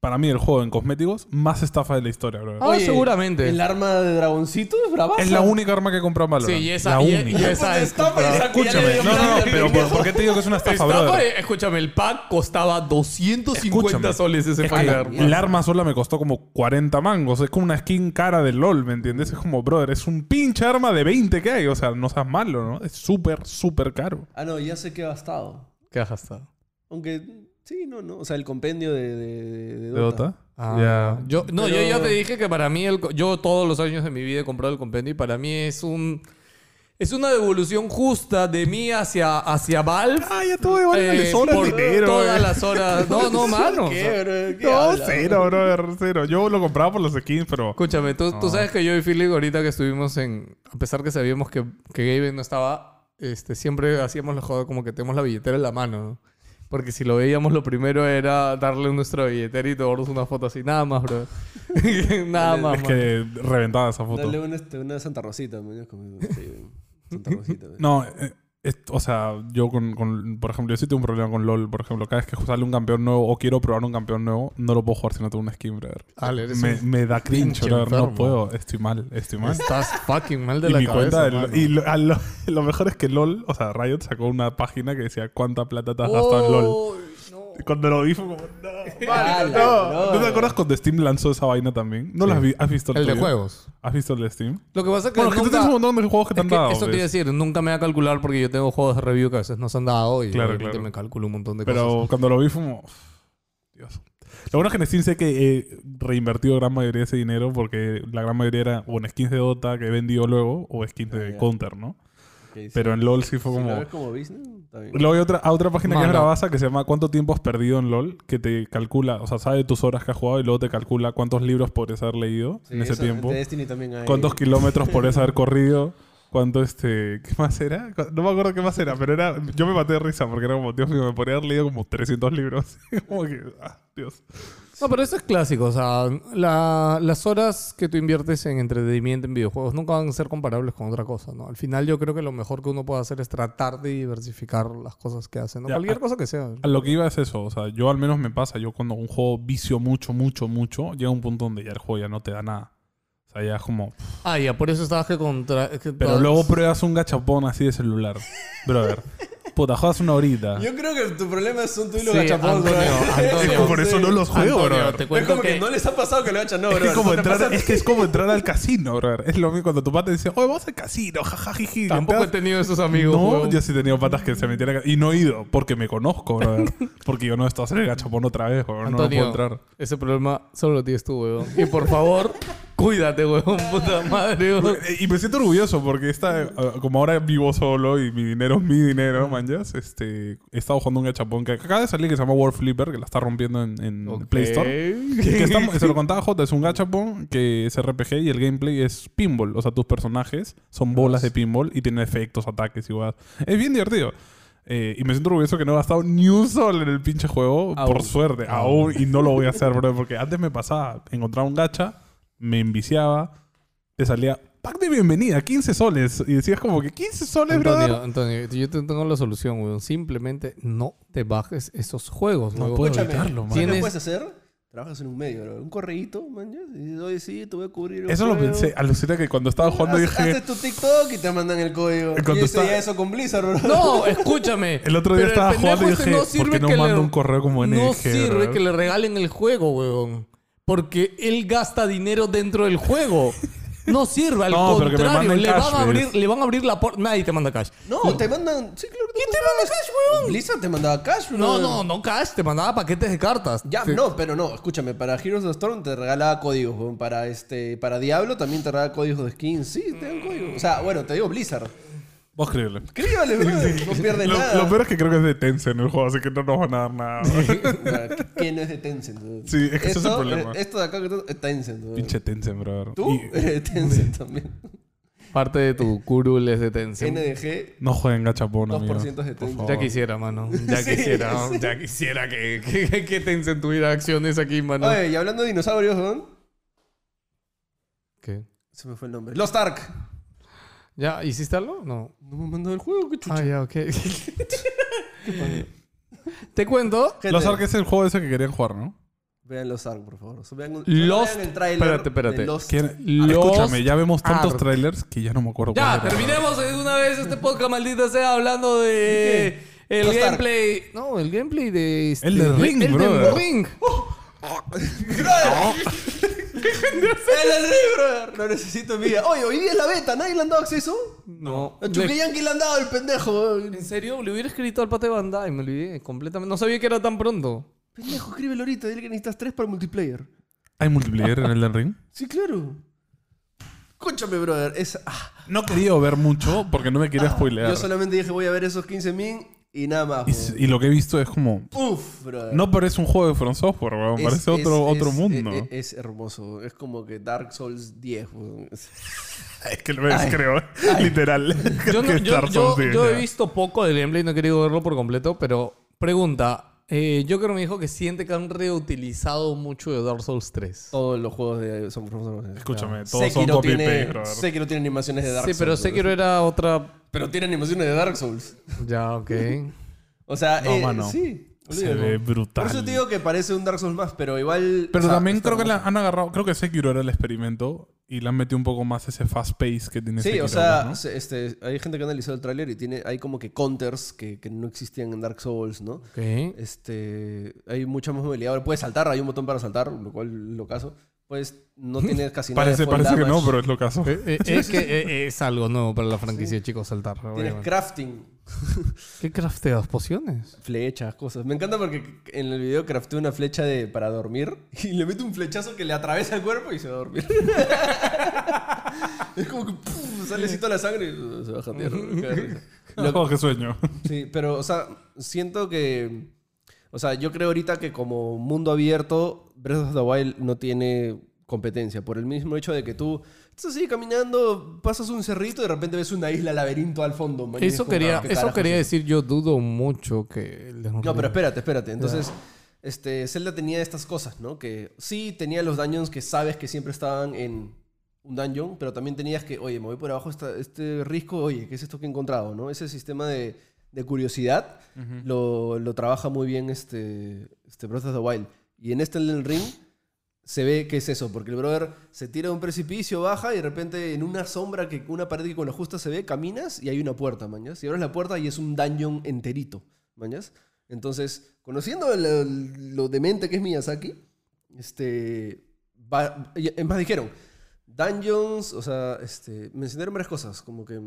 Speaker 2: para mí, el juego en cosméticos más estafa de la historia, bro.
Speaker 3: Ah, seguramente.
Speaker 1: El arma de dragoncito es Pues brava.
Speaker 2: Es
Speaker 1: [laughs]
Speaker 2: la única arma que he comprado en Valorant.
Speaker 3: Sí, y esa.
Speaker 2: La
Speaker 3: y- e-
Speaker 2: única.
Speaker 3: y esa es comprada. [laughs]
Speaker 2: Escúchame. No, no, pero ¿por, por qué te digo que es una estafa,
Speaker 3: Estaba-
Speaker 2: brother?
Speaker 3: escúchame, el pack costaba 250
Speaker 2: Escúchame.
Speaker 3: soles ese
Speaker 2: Es
Speaker 3: pack.
Speaker 2: que
Speaker 3: de armas.
Speaker 2: el arma sola me costó como 40 mangos. Es como una skin cara de LOL, ¿me entiendes? Es como, brother, es un pinche arma de 20 que hay. O sea, no seas malo, ¿no? Es súper, súper caro.
Speaker 1: Ah, no, ya sé que ha gastado.
Speaker 3: ¿Qué has gastado?
Speaker 1: Aunque, sí, no, no. O sea, el compendio de, de, de- de
Speaker 2: ¿De Dota?
Speaker 3: Ah,
Speaker 2: Ya.
Speaker 3: yo, no, yo
Speaker 1: Pero-
Speaker 3: ya te dije que para mí, el, co- yo todos los años de mi vida he comprado el compendio y para mí es un. Es una devolución justa de mí hacia, hacia Valve.
Speaker 2: Ah, ya todo de Valve le
Speaker 3: eh,
Speaker 2: sobra
Speaker 3: por
Speaker 2: dinero,
Speaker 3: todas
Speaker 2: eh. [laughs]
Speaker 3: las horas. No, no, mano. o
Speaker 1: ¿Qué,
Speaker 3: sea,
Speaker 1: bro? ¿Qué
Speaker 2: No,
Speaker 1: habla?
Speaker 2: cero, brother, cero. Yo lo compraba por los skins, pero...
Speaker 3: escúchame, tú,
Speaker 2: Ah.
Speaker 3: tú sabes que yo y Philip ahorita que estuvimos en. A pesar que sabíamos que, que Gaben no estaba, este, siempre hacíamos la joda como que tenemos la billetera en la mano, ¿no? Porque si lo veíamos, lo primero era darle nuestra billetera y tomarnos una foto así. Nada más, bro. [laughs] nada más.
Speaker 2: Es
Speaker 3: mano.
Speaker 2: que reventaba esa foto.
Speaker 1: Dale una, este, una Santa Rosita, mañana conmigo. Sí, Santa Rosita.
Speaker 2: [laughs]
Speaker 1: güey.
Speaker 2: No, eh, es- o sea, yo con, con- Por ejemplo, yo sí tengo un problema con LOL. Por ejemplo, cada vez que sale un campeón nuevo o quiero probar un campeón nuevo, no lo puedo jugar si no tengo una skin, brother.
Speaker 3: Ale, Ah, eres
Speaker 2: Me,
Speaker 3: un
Speaker 2: me da cringe,
Speaker 3: pinche
Speaker 2: brother. No
Speaker 3: enfermo.
Speaker 2: puedo. Estoy mal, estoy mal.
Speaker 3: Estás fucking mal de
Speaker 2: y
Speaker 3: la
Speaker 2: mi
Speaker 3: cabeza.
Speaker 2: cuenta de
Speaker 3: mano.
Speaker 2: LOL- y lo, a lo, [laughs] lo mejor es que LOL, o sea, Riot sacó una página que decía cuánta plata te has gastado en
Speaker 3: Oh.
Speaker 2: LOL.
Speaker 3: No.
Speaker 2: Cuando lo vi fue
Speaker 3: [laughs]
Speaker 2: como, no,
Speaker 1: Vale,
Speaker 2: no.
Speaker 1: bro.
Speaker 2: ¿No te acuerdas cuando Steam lanzó esa vaina también? ¿No las vi- has visto
Speaker 3: El de
Speaker 2: tuyo?
Speaker 3: juegos.
Speaker 2: ¿Has visto el de Steam?
Speaker 3: Lo que pasa es que
Speaker 2: Bueno, es que tú
Speaker 3: nunca...
Speaker 2: tienes un pues. montón de juegos que te
Speaker 3: es
Speaker 2: han
Speaker 3: que
Speaker 2: dado.
Speaker 3: eso te iba a
Speaker 2: ¿ves?
Speaker 3: decir, nunca me va a calcular porque yo tengo juegos de review que a veces no se han dado y
Speaker 2: Claro,
Speaker 3: obviamente
Speaker 2: claro.
Speaker 3: me calculo un montón de
Speaker 2: Pero
Speaker 3: cosas.
Speaker 2: cuando lo vi fue como... "Uf, Dios. Lo bueno es que en Steam sé que he reinvertido gran mayoría de ese dinero porque la gran mayoría era o en skins de Dota que he vendido luego o skins de
Speaker 1: Ah, ya.
Speaker 2: Counter, ¿no?
Speaker 1: Ok, sí.
Speaker 2: Pero en LOL sí
Speaker 1: Si
Speaker 2: fue
Speaker 1: lo
Speaker 2: como...
Speaker 1: ves como business, está bien.
Speaker 2: Luego hay otra, a otra página que es
Speaker 3: Mano.
Speaker 2: bravaza que se llama ¿Cuánto tiempo has perdido en LOL? Que te calcula, o sea, sabe tus horas que has jugado y luego te calcula cuántos libros podrías haber leído
Speaker 1: Sí,
Speaker 2: en ese
Speaker 1: eso,
Speaker 2: tiempo.
Speaker 1: de Destiny también hay.
Speaker 2: ¿Cuántos kilómetros podrías haber corrido? ¿Cuánto este.? ¿Qué más era? Cu- No me acuerdo qué más era, pero era. Yo me maté de risa porque era como, Dios mío, me podría haber leído como 300 libros. [laughs] como que. Ah, Dios.
Speaker 3: No, pero eso es clásico. O sea, la- las horas que tú inviertes en entretenimiento en videojuegos nunca van a ser comparables con otra cosa, ¿no? Al final yo creo que lo mejor que uno puede hacer es tratar de diversificar las cosas que hacen, ¿no?
Speaker 2: Ya, ah,
Speaker 3: Cualquier
Speaker 2: a-
Speaker 3: cosa que sea.
Speaker 2: A lo que iba es eso. O sea, yo al menos me pasa. Yo cuando un juego vicio mucho, mucho, mucho, llega un punto donde ya el juego ya no te da nada. O O sea, ya es como.
Speaker 3: Ah, ya, por eso estabas que contra. que-
Speaker 2: Pero luego pruebas un gachapón así de celular.
Speaker 3: [laughs]
Speaker 2: Brother. Puta, juegas una horita.
Speaker 1: Yo creo que tu problema son tú y los
Speaker 3: Sí,
Speaker 1: gachapón,
Speaker 3: Antonio,
Speaker 1: bro.
Speaker 3: Antonio.
Speaker 1: Es
Speaker 2: Es que por eso no los juego,
Speaker 3: Antonio,
Speaker 2: brother.
Speaker 3: te
Speaker 1: Es
Speaker 3: cuento
Speaker 1: como que...
Speaker 3: que-
Speaker 1: no les ha pasado que lo gachan, no, bro.
Speaker 2: Es, que es como entrar, es que es como entrar al casino, brother. Es lo mismo cuando tu pata dice, oye, vamos al casino, jajajiji.
Speaker 3: Tampoco he
Speaker 2: Entras-
Speaker 3: tenido esos amigos.
Speaker 2: No,
Speaker 3: huevón.
Speaker 2: yo sí he tenido patas que se metieron acá. Y no he ido, porque me conozco,
Speaker 3: [laughs]
Speaker 2: brother. porque yo no estoy a hacer el gachapón otra vez, brother. No, no puedo
Speaker 3: Antonio,
Speaker 2: entrar.
Speaker 3: ese problema solo lo tienes tú, weón. Y por favor, [laughs] cuídate, weón. Puta madre, weón.
Speaker 2: Eh, Y me siento orgulloso porque esta, eh, como ahora vivo solo y mi dinero es mi dinero, manjas, este, he estado jugando un gachapón que acaba de salir que se llama World Flipper, que la está rompiendo en, en
Speaker 3: Ok.
Speaker 2: Play Store. Que está-
Speaker 3: [laughs]
Speaker 2: se lo contaba Jota, es un gachapon que es RPG y el gameplay es pinball. O sea, tus personajes son bolas de pinball y tienen efectos, ataques y guas. Es bien divertido. Eh, y me siento orgulloso que no he gastado ni un sol en el pinche juego,
Speaker 3: Aún.
Speaker 2: por suerte, aún. Y no lo voy a hacer, bro, porque antes me pasaba, encontraba un gacha, me enviciaba, te salía pack de bienvenida, 15 soles. Y decías como que 15 soles,
Speaker 3: Antonio,
Speaker 2: bro.
Speaker 3: Antonio, yo te tengo la solución, weón. Simplemente no te bajes esos juegos,
Speaker 2: No
Speaker 3: weón.
Speaker 2: puedo
Speaker 1: Escúchame,
Speaker 2: evitarlo,
Speaker 1: ¿Qué
Speaker 2: man.
Speaker 3: Tienes-
Speaker 1: puedes hacer? Trabajas en un medio, bro. Un correíto, man. ya, Y dices, oye, sí, te voy a cubrir. un
Speaker 2: Eso lo
Speaker 1: juego".
Speaker 2: pensé, alucina que cuando estaba jugando
Speaker 1: Haces-
Speaker 2: dije...
Speaker 1: Haces tu TikTok y te mandan el código.
Speaker 2: Cuando
Speaker 1: Y ese
Speaker 2: está-
Speaker 1: día eso con Blizzard, bro.
Speaker 3: [laughs] No, escúchame.
Speaker 2: El otro día
Speaker 3: Pero
Speaker 2: estaba
Speaker 3: pendejo
Speaker 2: jugando y
Speaker 3: ese
Speaker 2: dije, ¿por qué no
Speaker 3: que
Speaker 2: manda un correo como
Speaker 3: No
Speaker 2: NG,
Speaker 3: sirve
Speaker 2: bro?
Speaker 3: que le regalen el juego, weón. Porque él gasta dinero dentro del juego. No sirve, al
Speaker 2: No, pero que me
Speaker 3: contrario.
Speaker 2: manden
Speaker 3: Le
Speaker 2: cash,
Speaker 3: van, a abrir,
Speaker 2: pues.
Speaker 3: le van a abrir la puerta. Nadie te manda cash.
Speaker 1: No, te mandan. Sí, claro que te mandaba cash, weón? Blizzard te mandaba cash, bro.
Speaker 3: No, no, no cash. Te mandaba paquetes de cartas.
Speaker 1: Ya,
Speaker 3: Sí.
Speaker 1: no, pero no, escúchame, para Heroes of the Storm te regalaba códigos, weón. Para este, para Diablo también te regalaba códigos de skins, sí, te dan códigos. O sea, bueno, te digo Blizzard.
Speaker 2: Vos créele.
Speaker 1: Créale, bro, no pierdes
Speaker 2: Lo,
Speaker 1: nada.
Speaker 2: lo peor es que creo que es de Tencent el juego, así que no nos van a dar nada. bro.
Speaker 1: ¿Quién no es de Tencent? weón?
Speaker 2: Sí, es que ese es el
Speaker 1: Esto- eh,
Speaker 2: problema.
Speaker 1: Esto de acá que tú- es Tencent, weón.
Speaker 2: Pinche Tencent, brother.
Speaker 1: Tú [laughs]
Speaker 2: Y
Speaker 1: eres de Tencent también.
Speaker 3: Parte de tu curul es de Tencent.
Speaker 1: NDG,
Speaker 2: no jueguen gachapón, amigo.
Speaker 1: 2% de
Speaker 2: Por
Speaker 1: Tencent.
Speaker 2: favor.
Speaker 3: Ya
Speaker 1: [laughs]
Speaker 3: quisiera, mano. Ya
Speaker 1: Sí,
Speaker 3: quisiera. ¿no? Ya quisiera que, que, que Tencent tuviera acciones aquí, mano.
Speaker 1: Oye, y hablando de dinosaurios, weón.
Speaker 3: ¿Qué?
Speaker 1: Se me fue el nombre. Los Ark.
Speaker 3: ¿Ya hiciste algo? No.
Speaker 1: No me mandó el juego, [laughs] qué chucha.
Speaker 3: Ah, ya, ok. Te cuento.
Speaker 1: Gente,
Speaker 2: Los Ark es el juego ese que querían jugar, ¿no?
Speaker 1: Vean Los Ark, por favor. So, Vean,
Speaker 3: Lost-
Speaker 1: vean el tráiler
Speaker 3: espérate,
Speaker 1: de
Speaker 3: espérate.
Speaker 1: Lost.
Speaker 2: Que-
Speaker 1: [laughs]
Speaker 3: Los
Speaker 2: Escúchame, ya vemos tantos
Speaker 3: Ark.
Speaker 2: trailers que ya no me acuerdo cuál
Speaker 3: Ya,
Speaker 2: era.
Speaker 3: terminemos de una vez este podcast, maldita sea, hablando de. El
Speaker 1: Los Ark.
Speaker 3: gameplay. No, el gameplay de. este-
Speaker 2: El de Ring,
Speaker 3: El de
Speaker 2: brother.
Speaker 3: Ring.
Speaker 1: ¡Brother! ¡El rey, brother! Lo necesito en mi vida. Oye, hoy día es la beta. ¿Nadie le han dado acceso?
Speaker 3: No.
Speaker 1: A Chucky Yankee le han dado el pendejo. weón.
Speaker 3: En serio, le hubiera escrito al pate Bandai, me olvidé completamente. No sabía que era tan [laughs] pronto.
Speaker 1: Pendejo, escríbelo ahorita. Dile que necesitas tres para multiplayer.
Speaker 2: ¿Hay multiplayer en Elden Ring?
Speaker 1: Sí, claro. Escúchame, brother. Es... ah,
Speaker 2: No quería ver mucho porque no me
Speaker 3: Ah,
Speaker 2: quería spoilear.
Speaker 1: Yo solamente dije voy a ver esos 15 min y nada más.
Speaker 2: Y,
Speaker 1: weón.
Speaker 2: s- y lo que he visto es como...
Speaker 1: Uf, brother.
Speaker 2: No parece un juego de From Software, weón.
Speaker 1: Es-
Speaker 2: Parece
Speaker 1: es-
Speaker 2: otro,
Speaker 1: es-
Speaker 2: otro mundo.
Speaker 3: eh,
Speaker 1: Es, es hermoso. Es como que Dark Souls 10. weón.
Speaker 2: Es que lo ves, creo. [laughs] Literal.
Speaker 3: Yo,
Speaker 2: [laughs]
Speaker 3: no-
Speaker 2: Que
Speaker 3: yo-
Speaker 2: Dark Souls
Speaker 3: yo-
Speaker 2: tiene.
Speaker 3: yo he visto poco del gameplay, no he querido verlo por completo, pero pregunta. Eh, Joker me dijo que siente que han reutilizado mucho de Dark Souls 3.
Speaker 1: Todos los juegos de son son-
Speaker 2: Escúchame, todos son
Speaker 1: Sekiro
Speaker 2: copy-paste,
Speaker 1: tiene,
Speaker 2: brother.
Speaker 1: Sekiro tiene animaciones de Dark
Speaker 3: Sí,
Speaker 1: Souls.
Speaker 3: pero
Speaker 1: brother.
Speaker 3: Sekiro era otra...
Speaker 1: Pero tiene animaciones de Dark Souls.
Speaker 3: [laughs] Ya, ok.
Speaker 1: O sea,
Speaker 2: No,
Speaker 1: eh,
Speaker 2: mano.
Speaker 1: sí.
Speaker 2: Se
Speaker 1: olvídalo.
Speaker 2: ve brutal.
Speaker 1: Por eso te digo que parece un Dark Souls más, pero igual.
Speaker 2: Pero
Speaker 1: o sea,
Speaker 2: también
Speaker 1: está
Speaker 2: creo que la
Speaker 1: hermoso.
Speaker 2: han agarrado, creo que Sekiro era el experimento y le han metido un poco más ese fast pace que tiene
Speaker 1: Sí,
Speaker 2: Sekiro,
Speaker 1: o sea,
Speaker 2: ¿no?
Speaker 1: se- este, hay gente que ha analizado el tráiler y tiene, hay como que counters que, que no existían en Dark Souls, ¿no?
Speaker 3: Ok.
Speaker 1: Este, hay mucha más movilidad. Ahora puedes saltar, hay un botón para saltar, lo cual lo caso. Pues
Speaker 2: [laughs]
Speaker 1: no tienes casi nada. de
Speaker 2: Parece,
Speaker 1: fall
Speaker 2: parece que
Speaker 1: damage.
Speaker 2: no, pero es lo caso.
Speaker 3: Eh, [laughs] eh, es que eh, eh, es algo nuevo para la franquicia, chicos, saltar.
Speaker 1: Tienes
Speaker 3: obviamente.
Speaker 1: crafting,
Speaker 3: ¿Qué crafteas? ¿Pociones?
Speaker 1: flechas, cosas. Me encanta porque en el video crafté una flecha de, para dormir [laughs] y le mete un flechazo que le atraviesa el cuerpo y se va a dormir. [laughs] es como que ¡pum! sale así toda la sangre y uh, se va a jatear. Qué
Speaker 3: [laughs]
Speaker 1: risa. [laughs] Lo-
Speaker 2: [laughs] Oh, qué sueño.
Speaker 1: Sí, pero, o sea, siento que. O sea, yo creo ahorita que como mundo abierto, Breath of the Wild no tiene competencia. Por el mismo hecho de que tú estás así caminando, pasas un cerrito y de repente ves una isla laberinto al fondo. man, y es
Speaker 3: Eso
Speaker 1: como,
Speaker 3: quería,
Speaker 1: ah, ¿qué
Speaker 3: eso
Speaker 1: carajo
Speaker 3: quería
Speaker 1: es
Speaker 3: decir, yo dudo mucho que... el Elden
Speaker 1: no, pero
Speaker 3: Ring-
Speaker 1: espérate, espérate. Entonces, este, Zelda tenía estas cosas, ¿no? Que sí tenía los dungeons que sabes que siempre estaban en un dungeon, pero también tenías que, oye, me voy por abajo esta- este risco, oye, ¿qué es esto que he encontrado, no? Ese sistema de, de curiosidad lo, lo trabaja muy bien este, este Breath of the Wild. Y en este Elden Ring se ve que es eso, porque el brother se tira de un precipicio, baja y de repente en una sombra, que una pared que con la justa se ve, caminas y hay una puerta, mañas. Y abres la puerta y es un dungeon enterito, mañas. Entonces, conociendo lo, lo demente que es Miyazaki, este. va- y- es más, dijeron, dungeons, o sea, este, mencionaron varias cosas, como que.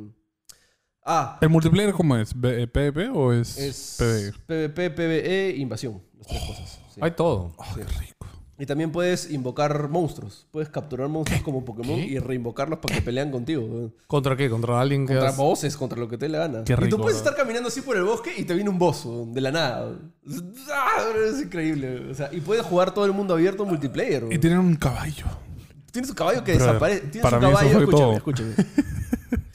Speaker 1: Ah,
Speaker 2: ¿El multiplayer cómo es? ¿B- eh, ¿PvP o es,
Speaker 1: es.
Speaker 2: PvE?
Speaker 1: PvP, PvE, E, invasión. Las tres cosas. sí.
Speaker 3: Hay todo.
Speaker 2: Oh, qué rico.
Speaker 1: Y también puedes invocar monstruos. Puedes capturar monstruos como Pokémon y reinvocarlos para que pelean contigo. weón.
Speaker 3: ¿Contra qué? ¿Contra alguien que
Speaker 1: Contra
Speaker 3: has-
Speaker 1: voces, contra lo que te dé la gana.
Speaker 2: Qué
Speaker 1: y tú
Speaker 2: rico,
Speaker 1: puedes
Speaker 2: bro.
Speaker 1: estar caminando así por el bosque y te viene un boss weón, de la nada. weón. Ah, bro, Es increíble. weón. O sea, y puedes jugar todo el mundo abierto en multiplayer. weón.
Speaker 2: Y tienen un caballo.
Speaker 1: Tienes un caballo que
Speaker 2: Brother,
Speaker 1: desaparece. Tienes
Speaker 2: para
Speaker 1: un
Speaker 2: mí eso
Speaker 1: caballo.
Speaker 2: fue
Speaker 1: Escúchame,
Speaker 2: todo.
Speaker 1: escúchame.
Speaker 2: [laughs]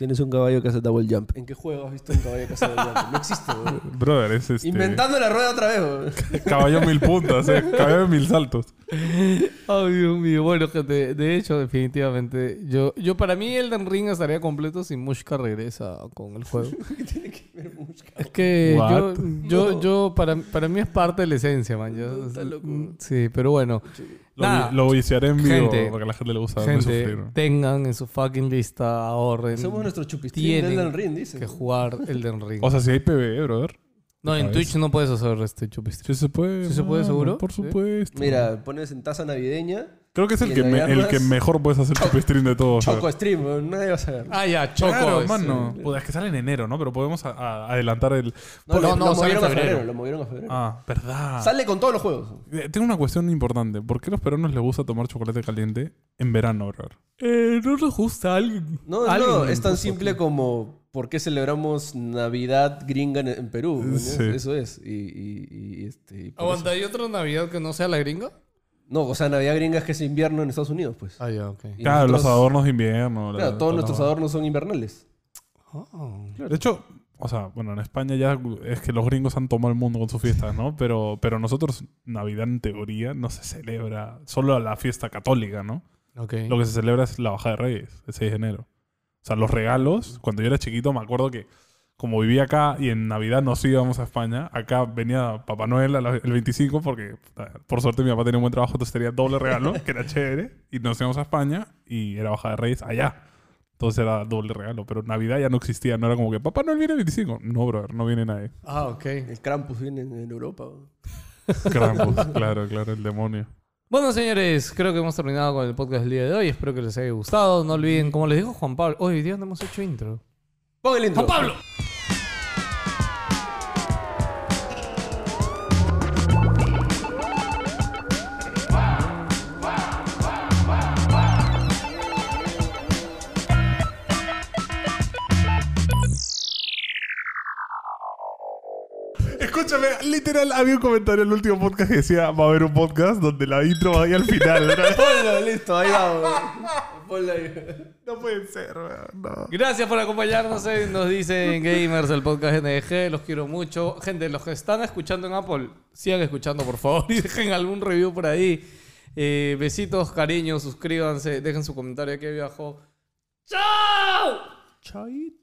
Speaker 1: Tienes un caballo que hace double jump. ¿En qué juego has visto un caballo que hace double jump? No existe, weón.
Speaker 2: Brother, es este.
Speaker 1: Inventando la rueda otra vez, weón.
Speaker 2: [laughs] Caballo mil puntas, eh. Caballo mil saltos.
Speaker 3: Ay, Dios mío. Bueno, gente, de hecho, definitivamente. Yo, yo para mí, Elden Ring estaría completo si Mushka regresa con el juego.
Speaker 1: [laughs] ¿Qué tiene que ver música?
Speaker 3: es que yo,
Speaker 2: What?
Speaker 3: yo,
Speaker 1: No.
Speaker 3: yo para, para mí es parte de la esencia, man. ya. mm,
Speaker 1: Está loco.
Speaker 3: Sí, pero bueno.
Speaker 2: Lo,
Speaker 3: Nada.
Speaker 2: vi- lo viciaré en vivo
Speaker 3: Gente.
Speaker 2: porque a la gente le gusta verme
Speaker 3: Gente,
Speaker 2: sufrir.
Speaker 3: tengan en su fucking lista, ahorren.
Speaker 1: Somos nuestro chupistín
Speaker 3: Tienen
Speaker 1: del Elden Ring, dice.
Speaker 3: que jugar Elden
Speaker 2: [laughs]
Speaker 3: Ring.
Speaker 2: O sea, si hay PvE, brother.
Speaker 3: no, en
Speaker 2: cabeza.
Speaker 3: Twitch no puedes hacer este chupiste.
Speaker 2: Sí se puede.
Speaker 3: Sí se puede,
Speaker 2: mano,
Speaker 3: seguro.
Speaker 2: Por
Speaker 3: Sí.
Speaker 2: supuesto.
Speaker 1: Ah, Mira, pones en taza navideña.
Speaker 2: Creo que es
Speaker 1: y
Speaker 2: el que,
Speaker 1: en
Speaker 2: me-
Speaker 1: Navidad
Speaker 2: el que
Speaker 1: más-
Speaker 2: mejor
Speaker 1: [laughs]
Speaker 2: puedes hacer tu stream de todos. brother.
Speaker 1: Choco stream, weón, nadie va a saber.
Speaker 3: Ah, ya, Choco.
Speaker 2: Claro,
Speaker 3: es-
Speaker 2: mano. Pues es que sale en enero, ¿no? Pero podemos a- a- adelantar el.
Speaker 1: No,
Speaker 3: no,
Speaker 1: lo,
Speaker 3: no,
Speaker 1: lo
Speaker 3: sale
Speaker 1: movieron a
Speaker 3: en febrero.
Speaker 1: febrero, lo movieron a febrero.
Speaker 2: Ah, verdad.
Speaker 1: Sale con todos los juegos.
Speaker 2: Eh, Tengo una cuestión importante. ¿Por qué a los peruanos les gusta tomar chocolate caliente en verano, brother?
Speaker 3: Eh, no nos gusta alguien.
Speaker 1: No,
Speaker 3: Alguien
Speaker 1: no,
Speaker 3: me
Speaker 1: es tan
Speaker 3: puso
Speaker 1: simple como ¿por qué celebramos Navidad gringa en, en Perú? ¿no?
Speaker 2: Sí.
Speaker 1: Eso es. Y, y- y, este, y por eso.
Speaker 3: Aguanta, ¿hay otra Navidad que no sea la gringa?
Speaker 1: No, o sea, Navidad gringa es que es invierno en Estados Unidos, pues.
Speaker 3: Ah, ya, ok.
Speaker 1: Y
Speaker 2: Claro, los
Speaker 1: nosotros-
Speaker 2: adornos de invierno. la-
Speaker 1: Claro,
Speaker 2: toda
Speaker 1: todos
Speaker 2: la
Speaker 1: nuestros
Speaker 2: vaina.
Speaker 1: adornos son invernales.
Speaker 2: De hecho, o sea, bueno, en España ya es que los gringos han tomado el mundo con sus fiestas, ¿no? Pero, pero nosotros, Navidad en teoría, no se celebra solo la fiesta católica, ¿no?
Speaker 3: Ok.
Speaker 2: Lo que se celebra es la Bajada de Reyes, el 6 de enero. O sea, los regalos, cuando yo era chiquito me acuerdo que como vivía acá y en Navidad nos íbamos a España, acá venía Papá Noel a la- el 25 porque puta, por suerte mi papá tenía un buen trabajo, entonces tenía doble regalo, que era chévere, y nos íbamos a España y era Bajada de Reyes allá. Entonces era doble regalo, pero Navidad ya no existía, no era como que Papá Noel viene el 25. No, brother, no viene nadie.
Speaker 3: Ah, ok.
Speaker 1: El Krampus viene en, en Europa. ¿no?
Speaker 2: Krampus, claro, claro, el demonio.
Speaker 3: Bueno, señores, creo que hemos terminado con el podcast del día de hoy. Espero que les haya gustado. No olviden, como les dijo Juan Pablo, hoy día no hemos hecho intro.
Speaker 1: Pon el intro.
Speaker 3: ¡Juan Pablo!
Speaker 2: Escúchame, literal, había un comentario en el último podcast que decía, va a haber un podcast donde la intro va a ir al final, [laughs] ¿verdad?
Speaker 1: Ponlo, listo, ahí
Speaker 3: [laughs]
Speaker 1: va. Ponlo ahí.
Speaker 2: No puede ser, weón, no.
Speaker 3: Gracias por acompañarnos. eh. Nos dicen Gamers, el podcast NG. Los quiero mucho. Gente, los que están escuchando en Apple, sigan escuchando, por favor. [laughs] Y dejen algún review por ahí. Eh, besitos, cariños, suscríbanse. Dejen su comentario aquí abajo. ¡Chao! Chaito.